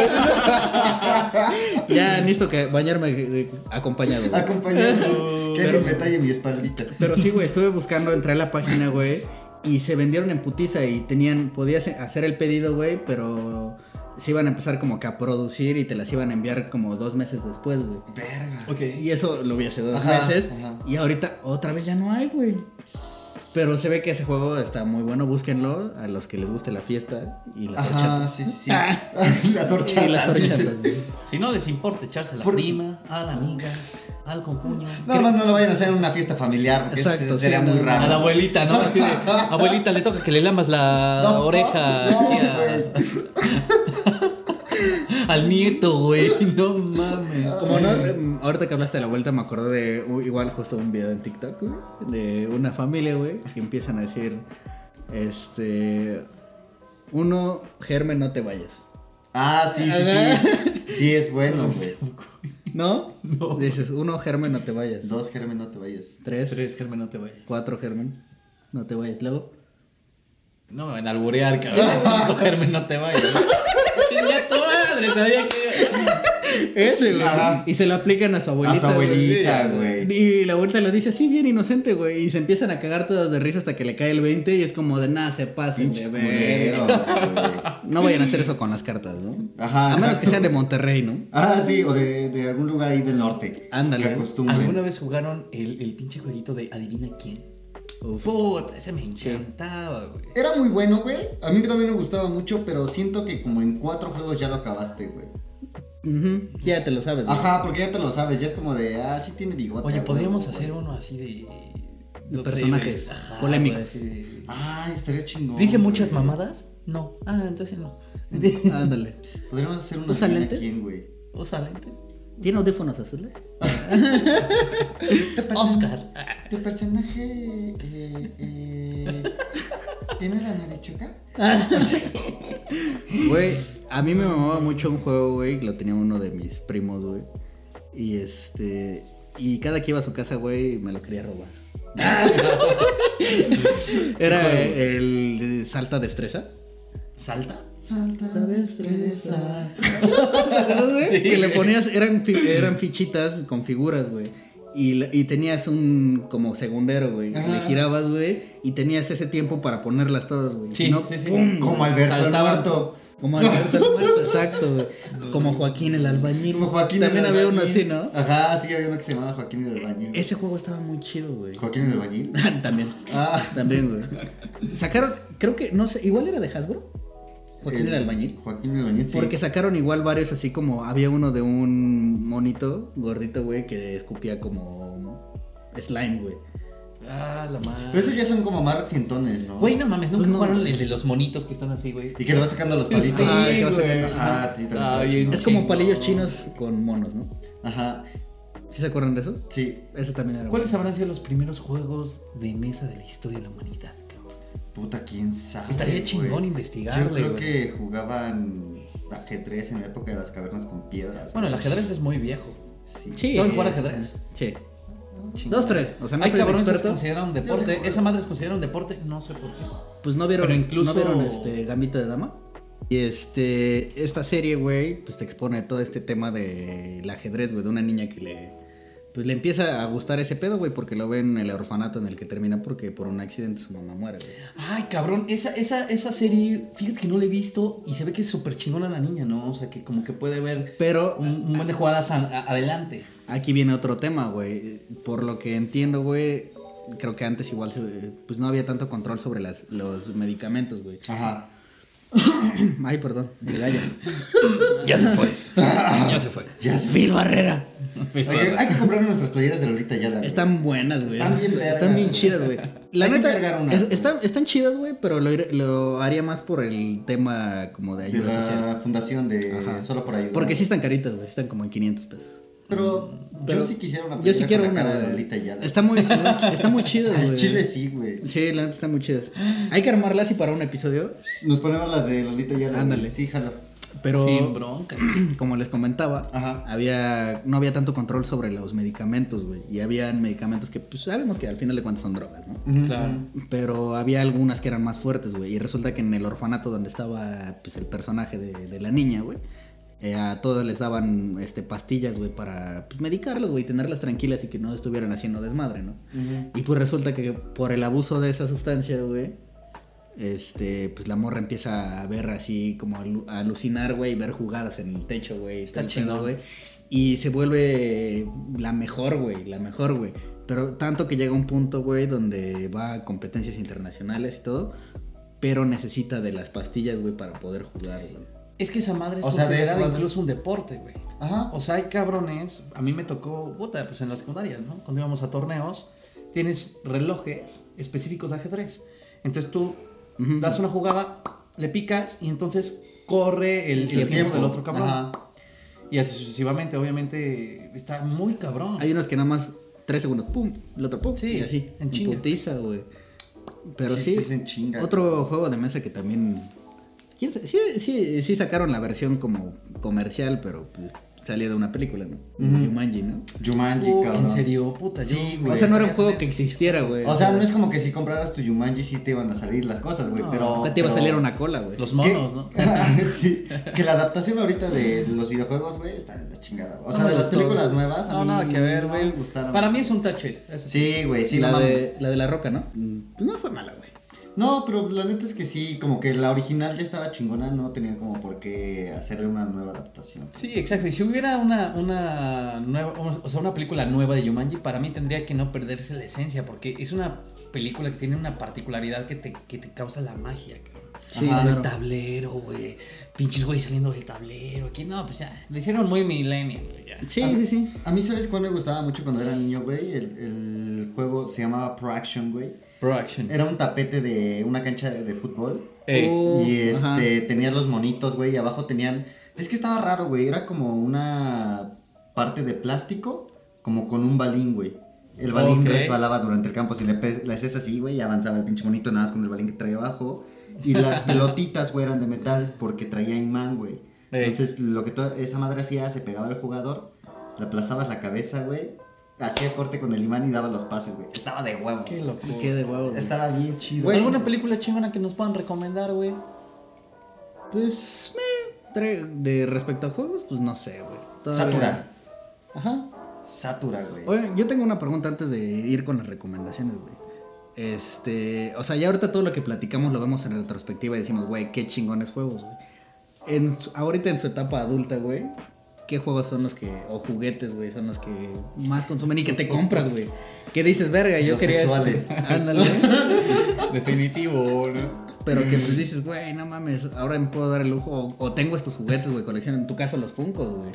A: Ya necesito que bañarme eh, acompañado. güey.
B: Acompañando que
A: Pero-
B: alguien me talle mi espaldita.
A: Pero sí, güey, estuve buscando, entré a la página, güey, y se vendieron en putiza y tenían, podías hacer el pedido, güey, pero se iban a empezar como que a producir y te las iban a enviar como dos meses después, güey.
B: Verga.
C: Ok.
A: Y eso lo vi hace dos
B: Ajá,
A: meses.
B: ajá.
A: Y ahorita otra vez ya no hay, güey. Pero se ve que ese juego está muy bueno. Búsquenlo a los que les guste la fiesta y las
B: Ajá,
A: horchatas.
B: sí, sí, sí. (laughs) las horchatas.
A: Y las
B: dice.
A: horchatas. sí.
C: Si no les importa echarse a la
B: Por-
C: prima, a la amiga, al concuño.
B: Nada más no lo vayan a hacer en una fiesta familiar, porque eso
A: Exacto, sí,
B: sería
A: no,
B: muy
A: no.
B: raro.
C: A la abuelita, ¿no? Así de, abuelita, le toca que le lamas la
B: No,
C: Ah, oreja
B: no,
C: aquí a-
B: güey.
C: al nieto, güey. No mames.
A: Como no, em, ahorita que hablaste de la vuelta me acordé de u- igual justo un video en TikTok, güey, de una familia, güey, que empiezan a decir, este, uno, germen, no te vayas.
B: Ah, sí, sí, sí. Sí, es bueno, güey.
A: (laughs) ¿No? Dices, uno, germen, no te vayas.
B: Dos germen, no te vayas.
A: Tres,
C: Tres, Germán, no te vayas.
A: cuatro, germen, no te vayas. Luego,
C: No me van a alburear, cabrón. Cinco, Germán, no te vayas. Chinga tu madre, sabía que.
A: ese, güey.
B: Ajá.
A: Y se lo aplican a su abuelita.
B: A su
A: güey.
B: abuelita, güey.
A: Y la abuelita lo dice así bien inocente, güey. Y se empiezan a cagar todas de risa hasta que le cae el 20 y es como de nada, se pasen de
B: Pinches
A: ver.
B: culeros, güey.
A: No vayan a hacer eso con las cartas, ¿no?
B: Ajá,
A: A menos
B: exacto.
A: que sean de Monterrey, ¿no?
B: Ah, sí, o de, de algún lugar ahí del norte.
A: Ándale.
B: Que acostumbren.
C: ¿Alguna vez jugaron el, el pinche jueguito de adivina quién?
A: Uf.
C: Puta, ese me encantaba, güey.
B: Era muy bueno, güey. A mí también me gustaba mucho, pero siento que como en cuatro juegos ya lo acabaste, güey.
A: Ujú, Ya te lo sabes. ¿no?
B: Ajá, porque ya te lo sabes, ya es como de, ah, sí tiene bigote.
C: Oye,
B: güey,
C: podríamos
B: güey.
C: hacer uno así de.
A: De
C: no sé,
A: personajes
C: güey. Ajá,
A: polémicos.
C: güey, así de-
B: Ay, Ah, estaría chingón.
C: ¿Dice muchas
B: güey.
C: mamadas? No. Ah, entonces no. (laughs)
A: Ándale.
B: Podríamos hacer una
A: ¿Usa
B: adivina
A: lentes?
B: quién, güey.
C: Usa lentes.
A: ¿Tiene audífonos azules?
C: Pues,
B: Este person-
C: Oscar.
B: ¿Tu personaje eh, eh, tiene la nariz choca?
A: Güey, a mí me mamaba mucho un juego, güey. que Lo tenía uno de mis primos, güey. Y este. Y cada que iba a su casa, güey, me lo quería robar. Era eh, el de salta destreza.
C: ¿Salta?
B: Salta destreza.
A: Sí, que le ponías, eran, fi- eran fichitas con figuras, güey. Y, la- y tenías un como segundero, güey.
B: Ajá.
A: Le girabas, güey. Y tenías ese tiempo para ponerlas todas, güey.
C: Sí,
A: Si no,
C: sí, sí.
A: ¡pum!
B: Como Alberto el
C: Saltaban.
B: Muerto.
A: Como Alberto el Muerto, exacto, güey. Como Joaquín el Albañil.
B: Como Joaquín
A: También
B: el
A: había
B: Albañil.
A: uno así, ¿no?
B: Ajá, sí, había uno que se llamaba Joaquín el Albañil.
A: Ese juego estaba muy chido, güey.
B: ¿Joaquín el Albañil?
A: (laughs) También.
B: Ah.
A: También, güey. Sacaron, creo que, no sé, igual era de Hasbro. Joaquín el Albañil.
B: Joaquín el Albañil, sí.
A: Porque sacaron igual varios así como había uno de un monito gordito, güey, que escupía como slime, güey.
C: Ah, la
B: Pero
C: madre.
B: esos ya son como más recientones, ¿no?
C: Güey, no mames, nunca
A: Pues no.
C: jugaron el de los monitos que están así, güey.
B: Y que le vas sacando los palitos.
C: Sí,
A: Ajá, que vas
C: güey.
A: sacando-
B: Ajá, sí, también estaba
C: Ah, bien
B: chingón.
A: Es como
C: chingón.
A: palillos chinos con monos, ¿no?
B: Ajá,
A: ¿Sí se acuerdan de eso?
B: sí.
A: Ese también era.
C: ¿Cuáles
A: bueno.
C: habrán sido los primeros juegos de mesa de la historia de la humanidad, cabrón?
B: Puta, quién sabe.
C: Estaría
B: güey.
C: chingón investigarle,
B: Yo creo
C: güey.
B: que jugaban ajedrez en la época de las cavernas con piedras.
C: Bueno, el
B: güey.
C: ajedrez es muy viejo.
B: Sí.
A: Sí.
C: ¿Saben jugar ajedrez?
A: Sí.
C: Chingón.
A: Dos, tres. O sea, no
C: Hay
A: soy un
C: cabrones que se
A: experto.
C: consideran un
B: Yo sí
C: deporte. Esa madre se considera un deporte. No sé por qué.
A: Pues no vieron,
C: Pero incluso-
A: ¿no vieron este Gambito de Dama. Y este, esta serie, güey, pues te expone todo este tema del ajedrez, güey, de una niña que le, pues le empieza a gustar ese pedo, güey, porque lo ve en el orfanato en el que termina porque por un accidente su mamá muere, güey.
C: Ay, cabrón. Esa, esa, esa serie, fíjate que no la he visto y se ve que es súper chingona la niña, ¿no? O sea, que como que puede ver
A: Pero
C: un, un buen de jugadas a- a- adelante. (laughs)
A: Aquí viene otro tema, güey. Por lo que entiendo, güey, creo que antes igual se- pues no había tanto control sobre las, los medicamentos,
B: (clears throat)
A: güey.
B: Ajá.
A: Ay, perdón, el gallo.
C: Ya se fue. ya se fue.
B: Ya se
A: Phil Barrera.
B: Oye, hay que comprar nuestras playeras de Lolita Yala. güey.
A: Están buenas, güey.
B: Están bien verga,
A: Están bien
B: güey.
A: chidas, güey. La
B: Hay que
A: neta,
B: encargar unas,
A: es-
B: güey.
A: están, están chidas, güey, pero lo, ir- lo haría más por el tema como de
B: De
A: ayuda social.
B: la fundación de
A: ¿eh? Ajá.
B: Solo por Ayudar.
A: Porque sí están caritas, güey. Están como en 500 pesos.
B: Pero,
A: Pero
B: yo sí quisiera una
A: Yo
B: playera
A: sí quiero
B: con la
A: una,
B: cara de
A: güey.
B: Lolita Yala.
A: Está muy, está muy chidas,
B: Al
A: güey.
B: chile sí, güey.
A: Sí, la neta están muy chidas. Hay que armarlas y para un episodio.
B: Nos ponemos las de Lolita Yala. güey.
A: Ándale.
B: Sí, jalo.
A: Pero
C: Sin bronca.
A: (clears throat) como les comentaba,
B: Ajá.
A: había no había tanto control sobre los medicamentos, güey. Y habían medicamentos que pues sabemos que al final de cuentas son drogas, ¿no?
C: Claro.
A: Pero había algunas que eran más fuertes, güey. Y resulta que en el orfanato donde estaba pues, el personaje de, de la niña, güey, eh, a todos les daban este, pastillas, güey, para pues, medicarlas, güey, tenerlas tranquilas y que no estuvieran haciendo desmadre, ¿no? Y pues resulta que por el abuso de esa sustancia, güey, este, pues la morra empieza a ver así, como a alu- a alucinar, güey, y ver jugadas en el techo, güey.
C: Está
A: todo el pedo,
C: chingón.
A: güey. Y se vuelve la mejor, güey, la mejor, güey. Pero tanto que llega un punto, güey, donde va a competencias internacionales y todo, pero necesita de las pastillas, güey, para poder jugar, güey.
C: Es que esa madre es
B: O sea, de
C: considerada
B: eso, ¿no?
C: incluso un deporte, güey.
B: Ajá.
C: O sea, hay cabrones. A mí me tocó, puta, pues en la secundaria, ¿no? Cuando íbamos a torneos, tienes relojes específicos de ajedrez. Entonces tú das una jugada, le picas y entonces corre el, el tiempo, del otro cabrón.
B: Ajá.
C: Y así sucesivamente, obviamente, está muy cabrón.
A: Hay unos que nada más tres segundos, pum, el otro pum,
C: Sí,
A: y así,
C: en chinga.
A: putiza, güey. Pero
B: Sí,
A: sí,
B: sí es en chinga.
A: otro juego de mesa que también... ¿Quién sa- sí, sí, sí sacaron la versión como comercial, pero pues, salía de una película, ¿no? Jumanji, ¿no?
B: Yumanji,
C: Oh,
B: cabrón.
C: en serio, puta, yo-
B: Sí, güey.
A: o sea, no era un juego que existiera, güey.
B: O sea, no es como que si compraras tu Yumanji sí te iban a salir las cosas, güey, pero...
A: Te iba a
B: pero-
A: salir una cola, güey.
C: Los
B: ¿Qué?
C: monos, ¿no?
B: (laughs) sí, que la adaptación ahorita de los videojuegos, güey, está de la chingada. O sea,
A: me
B: de las
A: gustó,
B: películas
A: güey.
B: nuevas, a
C: No,
B: mí
C: nada que ver,
B: no
C: güey.
B: me gustaron.
C: Para mí es un tache. eso sí.
B: Sí, güey, sí,
A: la,
B: no
A: de,
B: mames. Mm.
A: la de la roca, ¿no? Pues no fue mala, güey.
B: No, pero la neta es que sí, como que la original ya estaba chingona, no tenía como por qué hacerle una nueva adaptación.
C: Sí, exacto. Y si hubiera una, una nueva, o sea, una película nueva de Jumanji, para mí tendría que no perderse la esencia, porque es una película que tiene una particularidad que te, que te causa la magia, cabrón.
A: Sí,
C: Ajá,
A: claro.
C: el tablero, güey. Pinches güey saliendo del tablero. Aquí no, pues ya. Lo hicieron muy millennial, güey. ya.
A: Sí,
B: Ah.
A: sí, sí.
B: A mí, ¿sabes cuál me gustaba mucho cuando era niño, güey? El, el juego se llamaba Pro Action, güey.
C: Pro action.
B: Era un tapete de una cancha de, de fútbol.
C: Ey.
A: Oh,
B: y este,
A: ajá.
B: tenían los monitos, güey, y abajo tenían... Es que estaba raro, güey, era como una parte de plástico, como con un balín, güey. El balín
C: Ok.
B: resbalaba durante el campo, si le, pe- le hacías así, güey, y avanzaba el pinche monito nada más con el balín que traía abajo. Y
C: (laughs)
B: las pelotitas, güey, eran de metal porque traía imán, güey.
C: Ey.
B: Entonces, lo que toda esa madre hacía, se pegaba al jugador, le aplazabas la cabeza, güey, hacía corte con el imán y daba los pases, güey. Estaba de huevo.
C: Qué loco.
A: Qué de huevos, güey.
B: Estaba bien chido.
C: Güey, ¿Alguna película chingona que nos puedan recomendar, güey?
A: Pues, me tra- de respecto a juegos, pues no sé, güey. Todavía-
B: Satura.
A: Ajá.
B: Satura, güey.
A: Oye, yo tengo una pregunta antes de ir con las recomendaciones, güey. Este, o sea, ya ahorita todo lo que platicamos lo vemos en retrospectiva y decimos, güey, qué chingones juegos, güey. En su- ahorita en su etapa adulta, güey, ¿qué juegos son los que, o juguetes, güey, son los que más consumen y que te compras, güey? ¿Qué dices, verga? Yo
B: Los
A: quería. esto"?
B: sexuales.
A: Ándale.
D: Definitivo, ¿no?
A: Pero que pues dices, güey, no mames, ahora me puedo dar el lujo. O, o tengo estos juguetes, güey, colección. En tu caso, los Funkos, güey.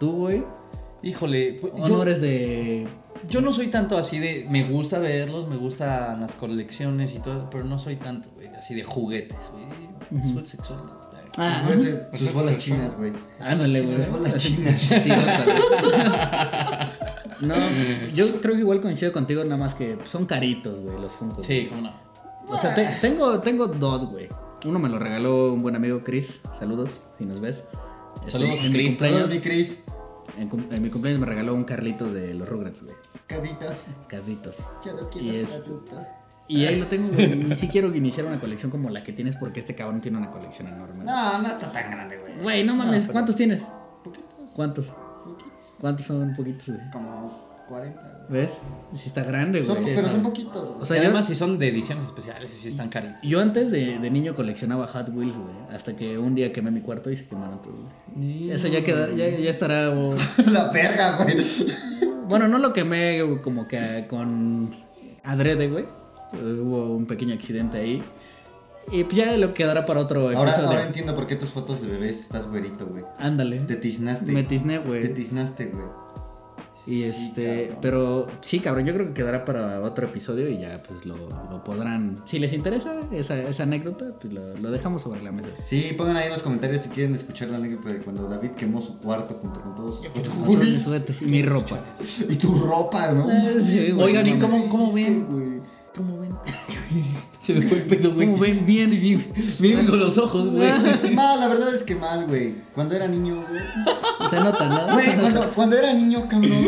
A: Tú, güey,
C: Híjole, pues, yo-
A: honores de.
C: Yo no soy tanto así de. Me gusta verlos, me gustan las colecciones y todo, pero no soy tanto, güey, así de juguetes, güey. Soy sexual.
A: Ah,
B: Puede ser sus bolas chinas, güey.
A: Ándale, güey.
B: Esas bolas chinas.
A: Sí, otra vez. No, yo creo que igual coincido contigo, nada más que son caritos, güey, los Funkos.
C: Sí, cómo no.
A: O sea, te- tengo, tengo dos, güey. Uno me lo regaló un buen amigo, Chris. Saludos, si nos ves. Este,
C: Saludos,
A: en mi
C: Chris.
A: cumpleaños.
B: Saludos, mi Cris.
A: En, cum- en mi cumpleaños me regaló un Carlitos de los Rugrats, güey.
B: Caditas,
A: Carlitos.
B: ya no
A: Y
B: quiero ser
A: este-
B: adulto.
A: Y ahí lo tengo, güey. Ni si quiero iniciar una colección como la que tienes porque este cabrón tiene una colección enorme.
B: No, no está tan grande, güey.
A: Güey, no mames,
B: pero-
A: ¿cuántos tienes?
B: Poquitos,
A: ¿Cuántos?
B: poquitos.
A: ¿Cuántos son poquitos, güey?
B: Como 40.
A: ¿Ves? Sí está grande,
B: Son,
A: güey.
B: po-
A: Sí,
B: pero
A: está-
B: son poquitos, güey. (laughs)
A: O sea,
C: Y
A: yo,
C: además, si son de ediciones especiales, si están caritas.
A: yo antes de, de niño coleccionaba Hot Wheels, güey. Hasta que un día quemé mi cuarto y se quemaron todos, güey. Eso ya queda, ya, ya estará. o-
B: La verga, güey.
A: Bueno, no lo quemé güey, como que con adrede, güey. Eh, Hubo un pequeño accidente ahí. Y pues ya lo quedará para otro
B: Ahora,
A: episodio.
B: ahora entiendo por qué tus fotos de bebés estás güerito, güey.
A: Ándale.
B: Te tiznaste.
A: Me tizné,
B: Te
A: güey.
B: tiznaste, güey.
A: Y este, pero sí, cabrón, yo creo que quedará para otro episodio y ya pues lo, lo podrán. Si les interesa esa, esa anécdota, pues lo, lo dejamos sobre la mesa.
B: Sí, pongan ahí en los comentarios si quieren escuchar la anécdota de cuando David quemó su cuarto junto con todos sus otros
A: Con todos mis
B: juguetes.
A: juguetes y mi ropa.
B: Y tu ropa, ¿no?
A: Eh, sí, güey.
C: Oigan, ¿y cómo,
B: Mames,
C: cómo
B: hiciste,
C: ven?
B: güey?
A: ¿Cómo ven?
C: Se me fue el pedo, güey.
A: ¿Cómo ven? Bien. Ah.
C: Estoy bien, bien con los ojos, güey.
A: (laughs)
B: (laughs) Mal, la verdad es que mal, güey. Cuando era niño, güey.
A: Ah, Se nota, ¿no?
B: Güey, cuando, cuando era niño, cabrón.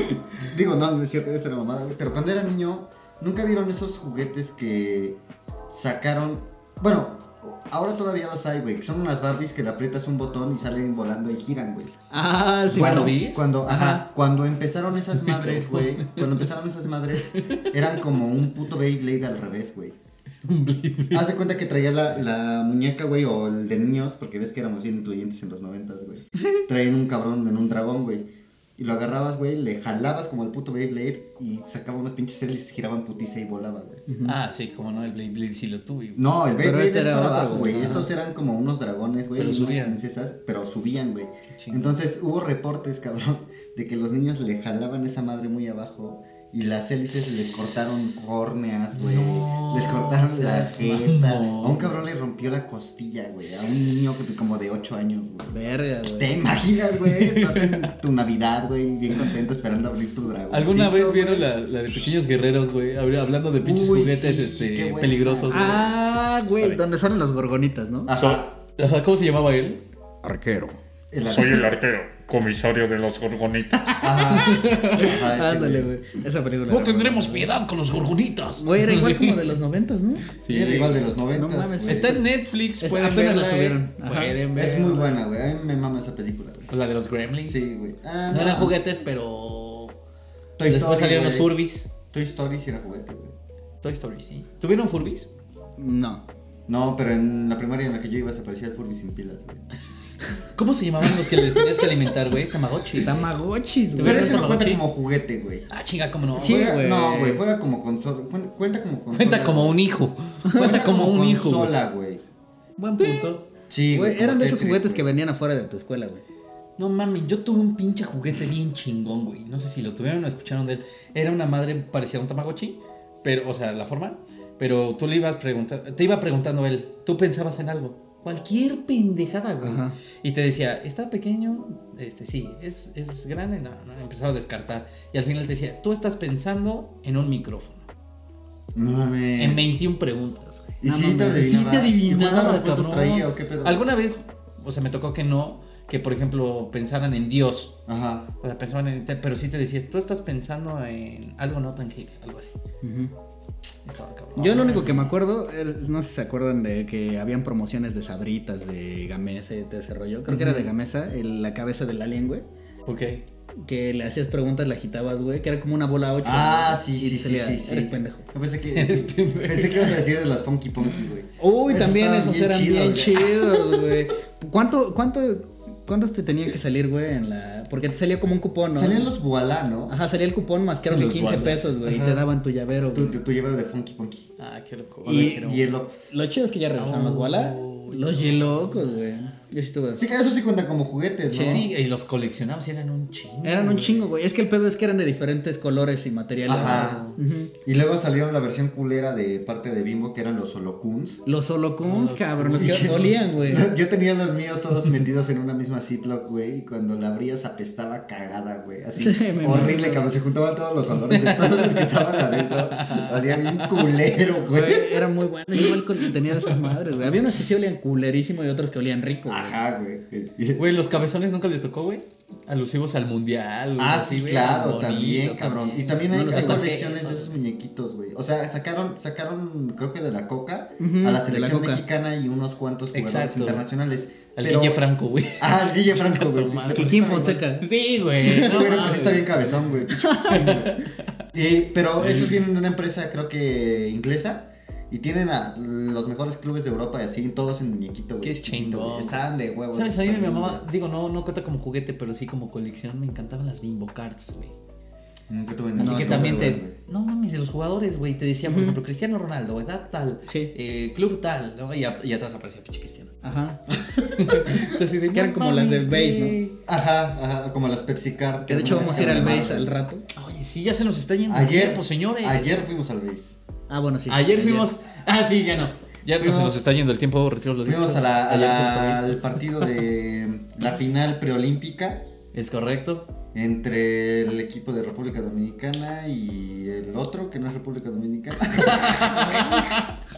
B: Digo, no, no es cierto, eso era mamada, güey. Pero cuando era niño, nunca vieron esos juguetes que sacaron. Bueno, ahora todavía los hay, güey. que Son unas Barbies que le aprietas un botón y salen volando y giran, güey.
A: Ah, sí.
B: Bueno,
C: Barbies?
B: cuando, ajá,
A: Ajá.
B: cuando empezaron esas madres, güey. Cuando empezaron esas madres, eran como un puto Beyblade al revés, güey. Haz de cuenta que traía la, la muñeca, güey, o el de niños, porque ves que éramos bien incluyentes en los noventas, güey. Traían un cabrón en un dragón, güey. Y lo agarrabas, güey, le jalabas como el puto Beyblade y sacaba unas pinches hélices, giraban putiza y volaba, güey.
C: Ah, sí, como no, el Blade Blade sí lo tuve. güey.
B: No, el
A: Pero
B: Beyblade
A: este
B: es
A: era
B: para
A: otro,
B: abajo,
A: güey.
B: güey. Estos eran como unos dragones, güey,
C: Pero
B: y unas
C: subían.
B: princesas, pero subían, güey.
C: chingón.
B: Entonces hubo reportes, cabrón, de que los niños le jalaban esa madre muy abajo y las hélices les cortaron córneas, güey.
C: No
B: les cortaron la
C: seas
B: jeta.
C: mamón.
B: A un cabrón le rompió la costilla, güey. A un niño que- como de 8 años, güey.
A: Verga,
B: ¿Te
C: Este,
A: güey.
B: imaginas, güey? Estás en tu Navidad, güey, bien contento esperando abrir tu dragón.
C: ¿Alguna vez vieron la, la de Pequeños Guerreros, güey? Habla- Hablando de pinches
B: Uy,
C: juguetes
B: sí, qué
C: este,
B: buena.
C: peligrosos, güey. Ah,
A: Ah, güey, donde salen los gorgonitas, ¿no?
B: Ajá.
A: Ah.
C: Ajá, ¿Cómo se llamaba él?
A: Arquero.
B: El
E: Soy el arquero, comisario de los gorgonitas.
B: Ajá. Ajá, ese
A: Ándale, güey. Esa película. era
C: piedad con los gorgonitas.
A: buena. Güey, era igual como de los noventas, ¿no?
C: Sí.
B: Era igual de los 90.
A: No mames,
B: güey.
C: Está en Netflix,
A: Es-
C: pueden
A: apenas
C: verla.
A: la
C: eh.
A: subieron. Ajá.
C: Pueden verla.
B: Es muy buena, güey. A mí me mama esa película, güey.
C: La de los Gremlins.
B: Sí, güey. Ah,
C: No eran juguetes, pero.
B: Toy
C: Después
B: Story,
C: salieron
B: güey.
C: los Furbies.
B: Toy Story sí era juguete, güey.
C: Toy Story, sí. ¿Tuvieron Furbies?
A: No.
B: No, pero en la primaria en la que yo iba se parecía al Furby sin pilas, güey.
C: ¿Cómo se llamaban los que les tenías que alimentar, güey? Tamagotchi.
A: Tamagotchis, güey.
B: Pero ese
C: un
B: no cuenta
C: Tamagotchi?
B: como juguete, güey.
C: ah, chinga, cómo no.
A: Sí,
B: Juega-
A: güey.
B: No, güey, juega como consola. Cuen- Cuenta como consola.
C: Cuenta como
B: güey.
C: un hijo. Cuenta como un hijo. güey.
B: consola, güey.
C: Buen punto.
B: Sí,
A: Güey,
B: güey. como
A: eran de esos
B: Tetris,
A: juguetes que
B: güey.
A: vendían afuera de tu escuela, güey.
C: No mami, yo tuve un pinche juguete bien chingón, güey. No sé si lo tuvieron o escucharon de él. Era una madre parecida a un Tamagotchi, pero, o sea, la forma. Pero tú le ibas preguntando, te iba preguntando él, tú pensabas en algo. Cualquier pendejada, güey.
A: Ajá.
C: Y te decía, ¿está pequeño? Este, sí. ¿Es, es grande? No, no. Empezaba a descartar. Y al final te decía, tú estás pensando en un micrófono.
B: No mames.
C: En 21 preguntas, güey.
B: Y
A: No
B: sí te
A: mames.
B: adivinaba.
A: Sí te adivinaba,
B: Ah, ¿Y cuántas respuestas
A: cabrón.
B: traía o qué pedo?
C: Alguna vez, o sea, me tocó que no, que por ejemplo pensaran en Dios.
B: Ajá.
C: O sea, pensaban en. te- Pero sí te decías, tú estás pensando en algo no tangible, algo así. Estaba cabrón.
A: Yo lo único que me acuerdo, es- no sé si se acuerdan de que habían promociones de sabritas, de gamesa y de todo ese rollo. Creo que era de gamesa, el- la cabeza del alien, güey.
C: Ok.
A: Que le hacías preguntas, la agitabas, güey. Que era como una bola 8.
B: Ah, sí, sí, sí, sí, sí.
A: Eres pendejo.
B: Yo
A: (laughs)
B: pensé que,
C: Eres
B: (laughs)
C: pendejo.
B: pensé que ibas a decir de las Funky Punky, güey.
A: Uy,
B: Esos
A: también
B: estaban
A: esos eran bien (laughs)
B: güey.
A: chidos, güey. ¿Cuánto, cuánto, ¿Cuántos te tenían que salir, güey, en la...? Porque te salía como un cupón, ¿no?
B: Salían los Boalá, ¿no?
A: Ajá, salía el cupón más que eran de
B: Los
A: 15
B: guantes.
A: pesos, güey. Y te daban tu llavero,
B: Tu,
A: güey.
B: tu, tu llavero de Funky Punky.
C: Ah, qué loco.
B: Y,
C: Pero-
B: y el Locos.
A: Lo chido es que ya regresaron los Walla. Oh, Los Yelocos, güey. Yo sí tuve.
B: Sí, que eso sí cuenta como juguetes, ¿no?
C: Sí, y los coleccionados eran un chingo.
A: Eran un
C: güey.
A: chingo, güey. Es que el pedo es que eran de diferentes colores y materiales.
B: Ajá.
A: güey.
B: Y luego salieron la versión culera de parte de Bimbo, que eran los Holocuns.
A: Los holocuns, cabrón, los que olían, güey.
B: (laughs) Yo tenía los míos todos metidos en una misma Ziploc, güey, y cuando la abrías apestaba cagada, güey. Así
A: Sí, me
B: horrible,
A: imagino.
B: cabrón. Se juntaban todos los olores de todos los que estaban adentro. Valía bien culero, güey.
A: Güey, Era muy bueno. Yo igual con- tenía de esas madres, güey.
B: Ah,
A: Había unos que sí olían culerísimo y otros que olían rico, güey.
B: Ajá, güey.
C: Güey, los cabezones nunca les tocó, güey. Alusivos al mundial. güey,
B: Ah,
C: así,
B: sí,
C: güey,
B: claro,
C: bonitos
B: también, cabrón. Y también hay
C: No los
B: hay
C: tengo.
B: colecciones de esos muñequitos, güey. O sea, sacaron, sacaron, creo que de la Coca,
A: Ujú,
B: a
A: de
B: la
A: la
B: selección
A: Coca.
B: mexicana y unos cuantos jugadores
C: Exacto.
B: internacionales.
C: Al
B: Pero-
C: Guille
B: (laughs)
C: Franco, güey.
B: Ah, el Guille Franco, güey.
C: Chinga tu madre.
B: Pues
A: Kikín
B: está bien,
A: Fonseca.
C: Sí, (laughs) güey.
B: Ese
C: no
B: güey,
C: mames.
B: pues, está bien cabezón, güey. Y- pero esos vienen de una empresa, creo que inglesa. Y tienen a los mejores clubes de Europa y así, todos en muñequito, güey.
C: Qué
B: chiquito, güey.
C: chingón.
B: Estaban de huevos.
C: ¿Sabes? A mí
B: Estaban
C: mi
B: bien,
C: mamá,
B: güey.
C: digo, no, no cuenta como juguete, pero sí como colección. Me encantaban las bimbo cards, güey.
B: Nunca tuve nada.
C: Así que
B: No,
C: también
B: no,
C: te.
B: güey.
C: No mames, de los jugadores, güey. Te decían, por ejemplo, Cristiano Ronaldo, edad tal,
A: Sí.
C: eh, club tal, ¿no? Y, a- y atrás aparecía pinche Cristiano.
A: Ajá.
C: Entonces, de,
A: Que eran
C: no
A: como las del
C: mames,
A: base, ¿no?
C: güey.
B: Ajá, ajá, como las Pepsi Card.
A: Que de hecho vamos a ir al base al rato.
C: Oye, sí, ya se nos está yendo el
B: Ayer,
C: tiempo, Pues, señores.
B: Ayer fuimos al base.
A: Ah, bueno, sí.
C: Ayer fuimos. Ah, sí, ya no. Ya no se
B: Fuimos-
C: nos está yendo el tiempo, retiro los
B: Fuimos a
C: dichos.
B: la, a
C: Ayer
B: la-
C: fuimos a la-
B: al partido de la final preolímpica
C: Es correcto.
B: entre el equipo de República Dominicana y el otro que no es República
C: (laughs)
B: Dominicana.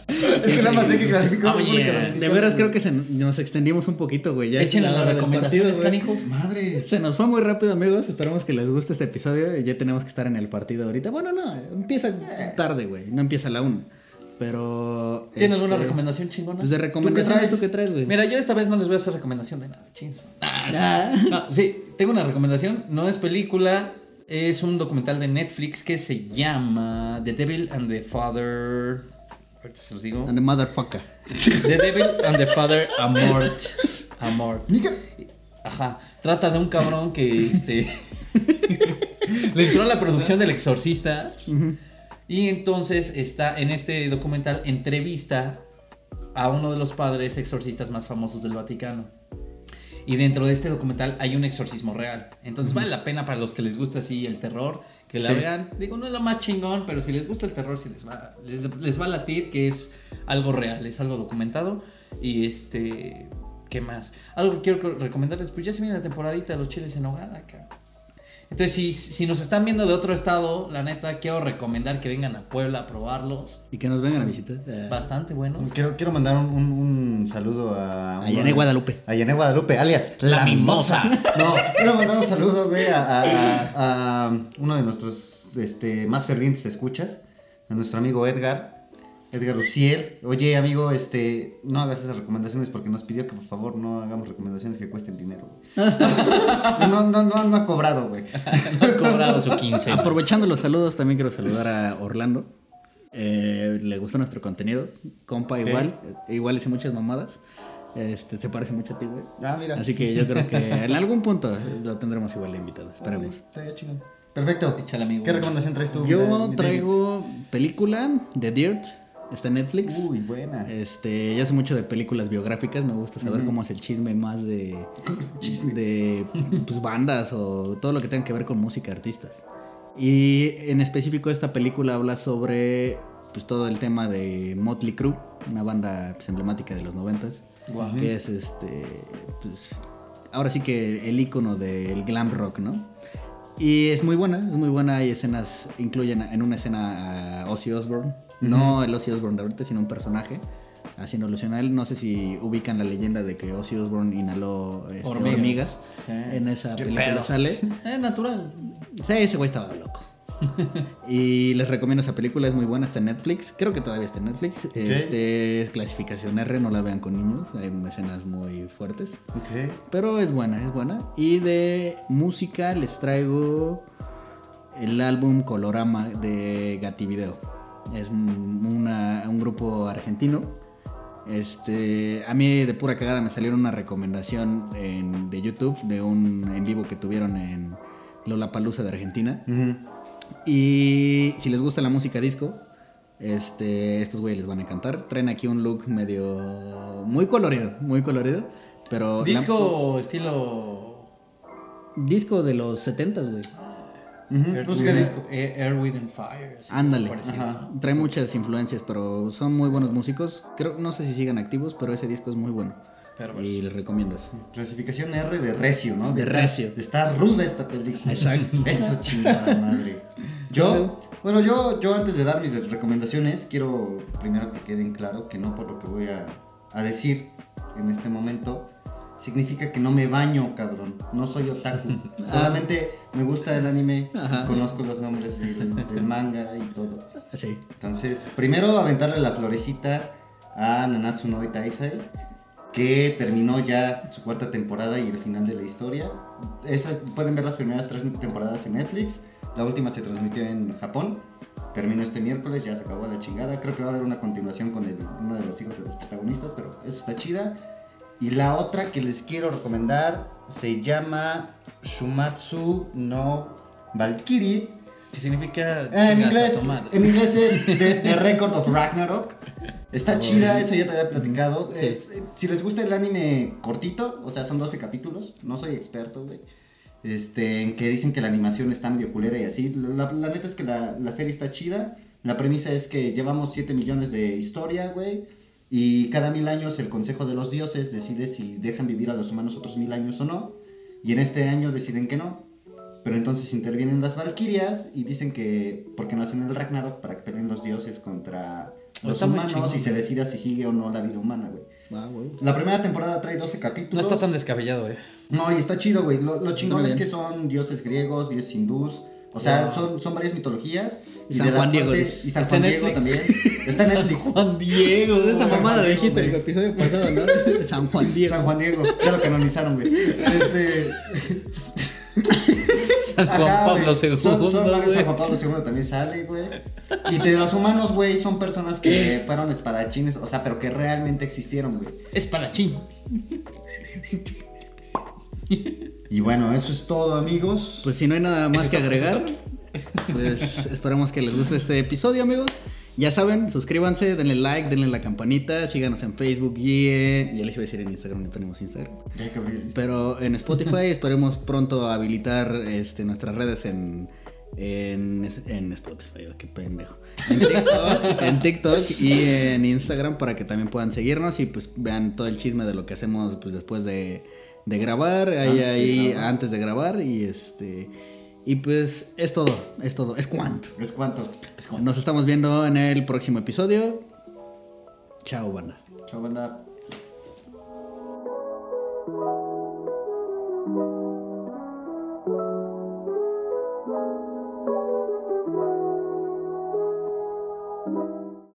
B: es que nada más sé
A: Este,
B: que clasificó
C: Oh,
B: República
C: yeah.
B: Dominicana.
A: De veras creo que se- nos extendimos un poquito, güey. Ya
C: Échenle
A: es la
C: las
A: hora del
C: recomendaciones,
A: partido, güey.
C: canijos.
B: Madres.
A: Se nos fue muy rápido, amigos. Esperamos que les guste este episodio. Ya tenemos que estar en el partido ahorita. Bueno, no, empieza tarde, güey. No empieza a la una. Pero.
C: ¿Tienes
A: este,
C: alguna recomendación chingona?
A: Pues de recomendaciones, ¿tú qué traes, güey?
C: Mira, yo esta vez no les voy a hacer recomendación de nada, chins.
A: Ah.
C: No, sí, tengo una recomendación. No es película, es un documental de Netflix que se llama The Devil and the Father. Ahorita se los digo.
A: And (laughs) the motherfucker.
C: The Devil and the Father Amort. Amort.
B: Nica.
C: Ajá. Trata de un cabrón que este. (laughs) le entró a la producción del exorcista. Y entonces está en este documental entrevista a uno de los padres exorcistas más famosos del Vaticano. Y dentro de este documental hay un exorcismo real. Entonces vale la pena para los que les gusta así el terror, que la
A: Sí.
C: vean. Digo, no es lo más chingón, pero si les gusta el terror, sí les va, les, les va a latir que es algo real, es algo documentado. Y este, ¿qué más? Algo que quiero recomendarles, pues ya se viene la temporadita de los chiles en hogada, cabrón. Entonces, si, si nos están viendo de otro estado, la neta, quiero recomendar que vengan a Puebla a probarlos.
A: Y que nos vengan a visitar. Eh,
C: Bastante buenos.
B: Quiero, quiero mandar un, un- un saludo a.
A: A Yané Guadalupe.
B: A Yané Guadalupe, alias La Mimosa. No, quiero mandar un saludo, güey, a, a- a- a uno de nuestros este, más fervientes escuchas, a nuestro amigo Edgar. Edgar Lucier. Oye, amigo, este, no hagas esas recomendaciones porque nos pidió que por favor no hagamos recomendaciones que cuesten dinero. güey. No, no, no, no ha cobrado, güey.
C: No han cobrado su 15.
A: Aprovechando los saludos, también quiero saludar a Orlando. Eh, le gusta nuestro contenido. Compa, igual. Eh, Igual hice muchas mamadas. Este, se parece mucho a ti, güey.
B: Ah, mira.
A: Así que yo creo que en algún punto lo tendremos igual de invitado. Esperemos.
B: Estaría chido. Perfecto.
C: Échale, amigo.
B: ¿Qué recomendación traes tú? mi- mi
A: Yo
B: David?
A: traigo película The Dirt. Está en Netflix.
B: Uy, buena.
A: Este, yo sé mucho de películas biográficas, me gusta saber cómo es el chisme más de de pues, bandas o todo lo que tenga que ver con música, artistas. Y en específico esta película habla sobre pues todo el tema de Motley Crue, una banda pues, emblemática de los noventas,
C: Guau.
A: que es este pues ahora sí que el icono del glam rock, ¿no? Y es muy buena, es muy buena. Hay escenas, incluyen en una escena a Ozzy Osbourne. No el Ozzy Osbourne de ahorita, sino un personaje haciendo alusión a él. No sé si ubican la leyenda de que Ozzy Osbourne inhaló este,
C: Hormigas.
A: hormigas.
C: Sí.
A: En esa película sale.
C: (laughs) Es natural.
A: Sí, ese güey estaba
C: (laughs)
A: loco. y les recomiendo esa película, es muy buena, está en Netflix. Creo que todavía está en Netflix. Este es clasificación R, no la vean con niños. Hay escenas muy fuertes.
B: Ok.
A: Pero es buena, es buena. Y de música les traigo el álbum Colorama de Gativideo. Es un- una- un grupo argentino. Este, a mí de pura cagada me salieron una recomendación en- de YouTube de un en vivo que tuvieron en Lollapalooza de Argentina. Y si les gusta la música disco, este, estos güeyes les van a encantar. Traen aquí un look medio muy colorido, muy colorido, pero la-
C: Disco estilo.
A: disco de los 70s, güey.
B: Ujú. Busca disco.
C: Eh, Air, Wind and Fire. así,
A: Ándale.
C: parecido,
B: Ajá.
C: ¿no?
A: Trae muchas influencias, pero son muy buenos músicos. Creo no sé si sigan activos, pero ese disco es muy bueno.
C: Perverso.
A: Y les recomiendo eso.
B: Clasificación R de recio, ¿no?
A: De recio.
B: Está ruda esta película. Exacto. Eso chingada madre. Yo, bueno, yo, yo antes de dar mis recomendaciones, quiero primero que queden claro que no por lo que voy a, a decir en este momento, significa que no me baño, cabrón. No soy
A: (laughs)
B: otaku. Solamente me gusta el anime, y
A: Ah. Ajá.
B: conozco los nombres del, del manga y todo.
A: Sí.
B: Entonces, primero aventarle la florecita a Nanatsu no Taisai, que terminó ya su cuarta temporada y el final de la historia. Esas, pueden ver las primeras tres temporadas en Netflix. La última se transmitió en Japón. Terminó este miércoles, ya se acabó la chingada. Creo que va a haber una continuación con el- uno de los hijos de los protagonistas, pero eso está chida. Y la otra que les quiero recomendar se llama Shumatsu no Valkyrie.
C: Que significa
B: Eh, En
C: chingas a
B: inglés,
C: tu madre.
B: en inglés es The, The Record of Ragnarok. Está chida, esa ya te había platicado. Es- eh, si les gusta el anime cortito, o sea, son 12 capítulos, no soy experto, güey. Este, en que dicen que la animación está medio culera y así. La, la neta es que la, la serie está chida. La premisa es que llevamos 7 millones de historia, güey. Y cada mil años el Consejo de los Dioses decide si dejan vivir a los humanos otros mil años o no. Y en este año deciden que no. Pero entonces intervienen las valquirias y dicen que porque no hacen el Ragnarok para que peleen los dioses contra los
C: Está muy
B: humanos
C: chingón.
B: y se decida si sigue o no la vida humana, güey.
A: Ah, güey.
B: La primera temporada trae 12
C: No
B: capítulos.
C: está tan descabellado, eh.
B: No, y está chido, güey. Lo, lo chingón
A: muy
B: es que
A: bien.
B: son dioses griegos, dioses hindús. O sea, son, son varias mitologías.
A: Y San
B: de la
A: Juan Diego,
B: parte-
A: dice.
B: Y San
C: Está
B: Juan
C: en
B: Diego también.
C: Netflix. (laughs)
B: Está en Netflix.
C: Juan Diego.
A: Pues esa
B: San Juan
A: mamada
B: Diego,
A: dijiste en el
B: güey.
A: episodio pasado, ¿no? (laughs) San Juan Diego.
B: San Juan Diego. Ya lo canonizaron, güey. Este.
C: (laughs) San Juan
B: Ajá,
C: Pablo
B: güey.
C: II.
B: Son, son varios
C: güey.
B: San Juan Pablo II también sale, güey. Y de los humanos, güey, son personas que fueron espadachines, o sea, pero que realmente existieron, güey.
C: Es para chin.
B: Y bueno, eso es todo, amigos.
A: Pues si no hay nada más
C: Ese
A: que
C: está-
A: agregar, (laughs) pues esperamos que les guste este episodio, amigos. Ya saben, suscríbanse, denle like, denle la campanita, síganos en Facebook y en... Ya les iba a decir en Instagram, no tenemos Instagram.
B: Ya hay que abrir el listado.
A: Pero en Spotify esperemos pronto habilitar este, nuestras redes en, en, en Spotify. oh, Qué pendejo. En TikTok, en TikTok y en Instagram para que también puedan seguirnos y pues vean todo el chisme de lo que hacemos pues, después de, de grabar, ahí,
B: Antes de
A: ahí,
B: grabar.
A: antes de grabar y este... Y pues es todo, es todo, es cuanto.
B: ¿Es cuánto? Es cuánto.
A: Nos estamos viendo en el próximo episodio. Chao, banda.
B: Chao, banda.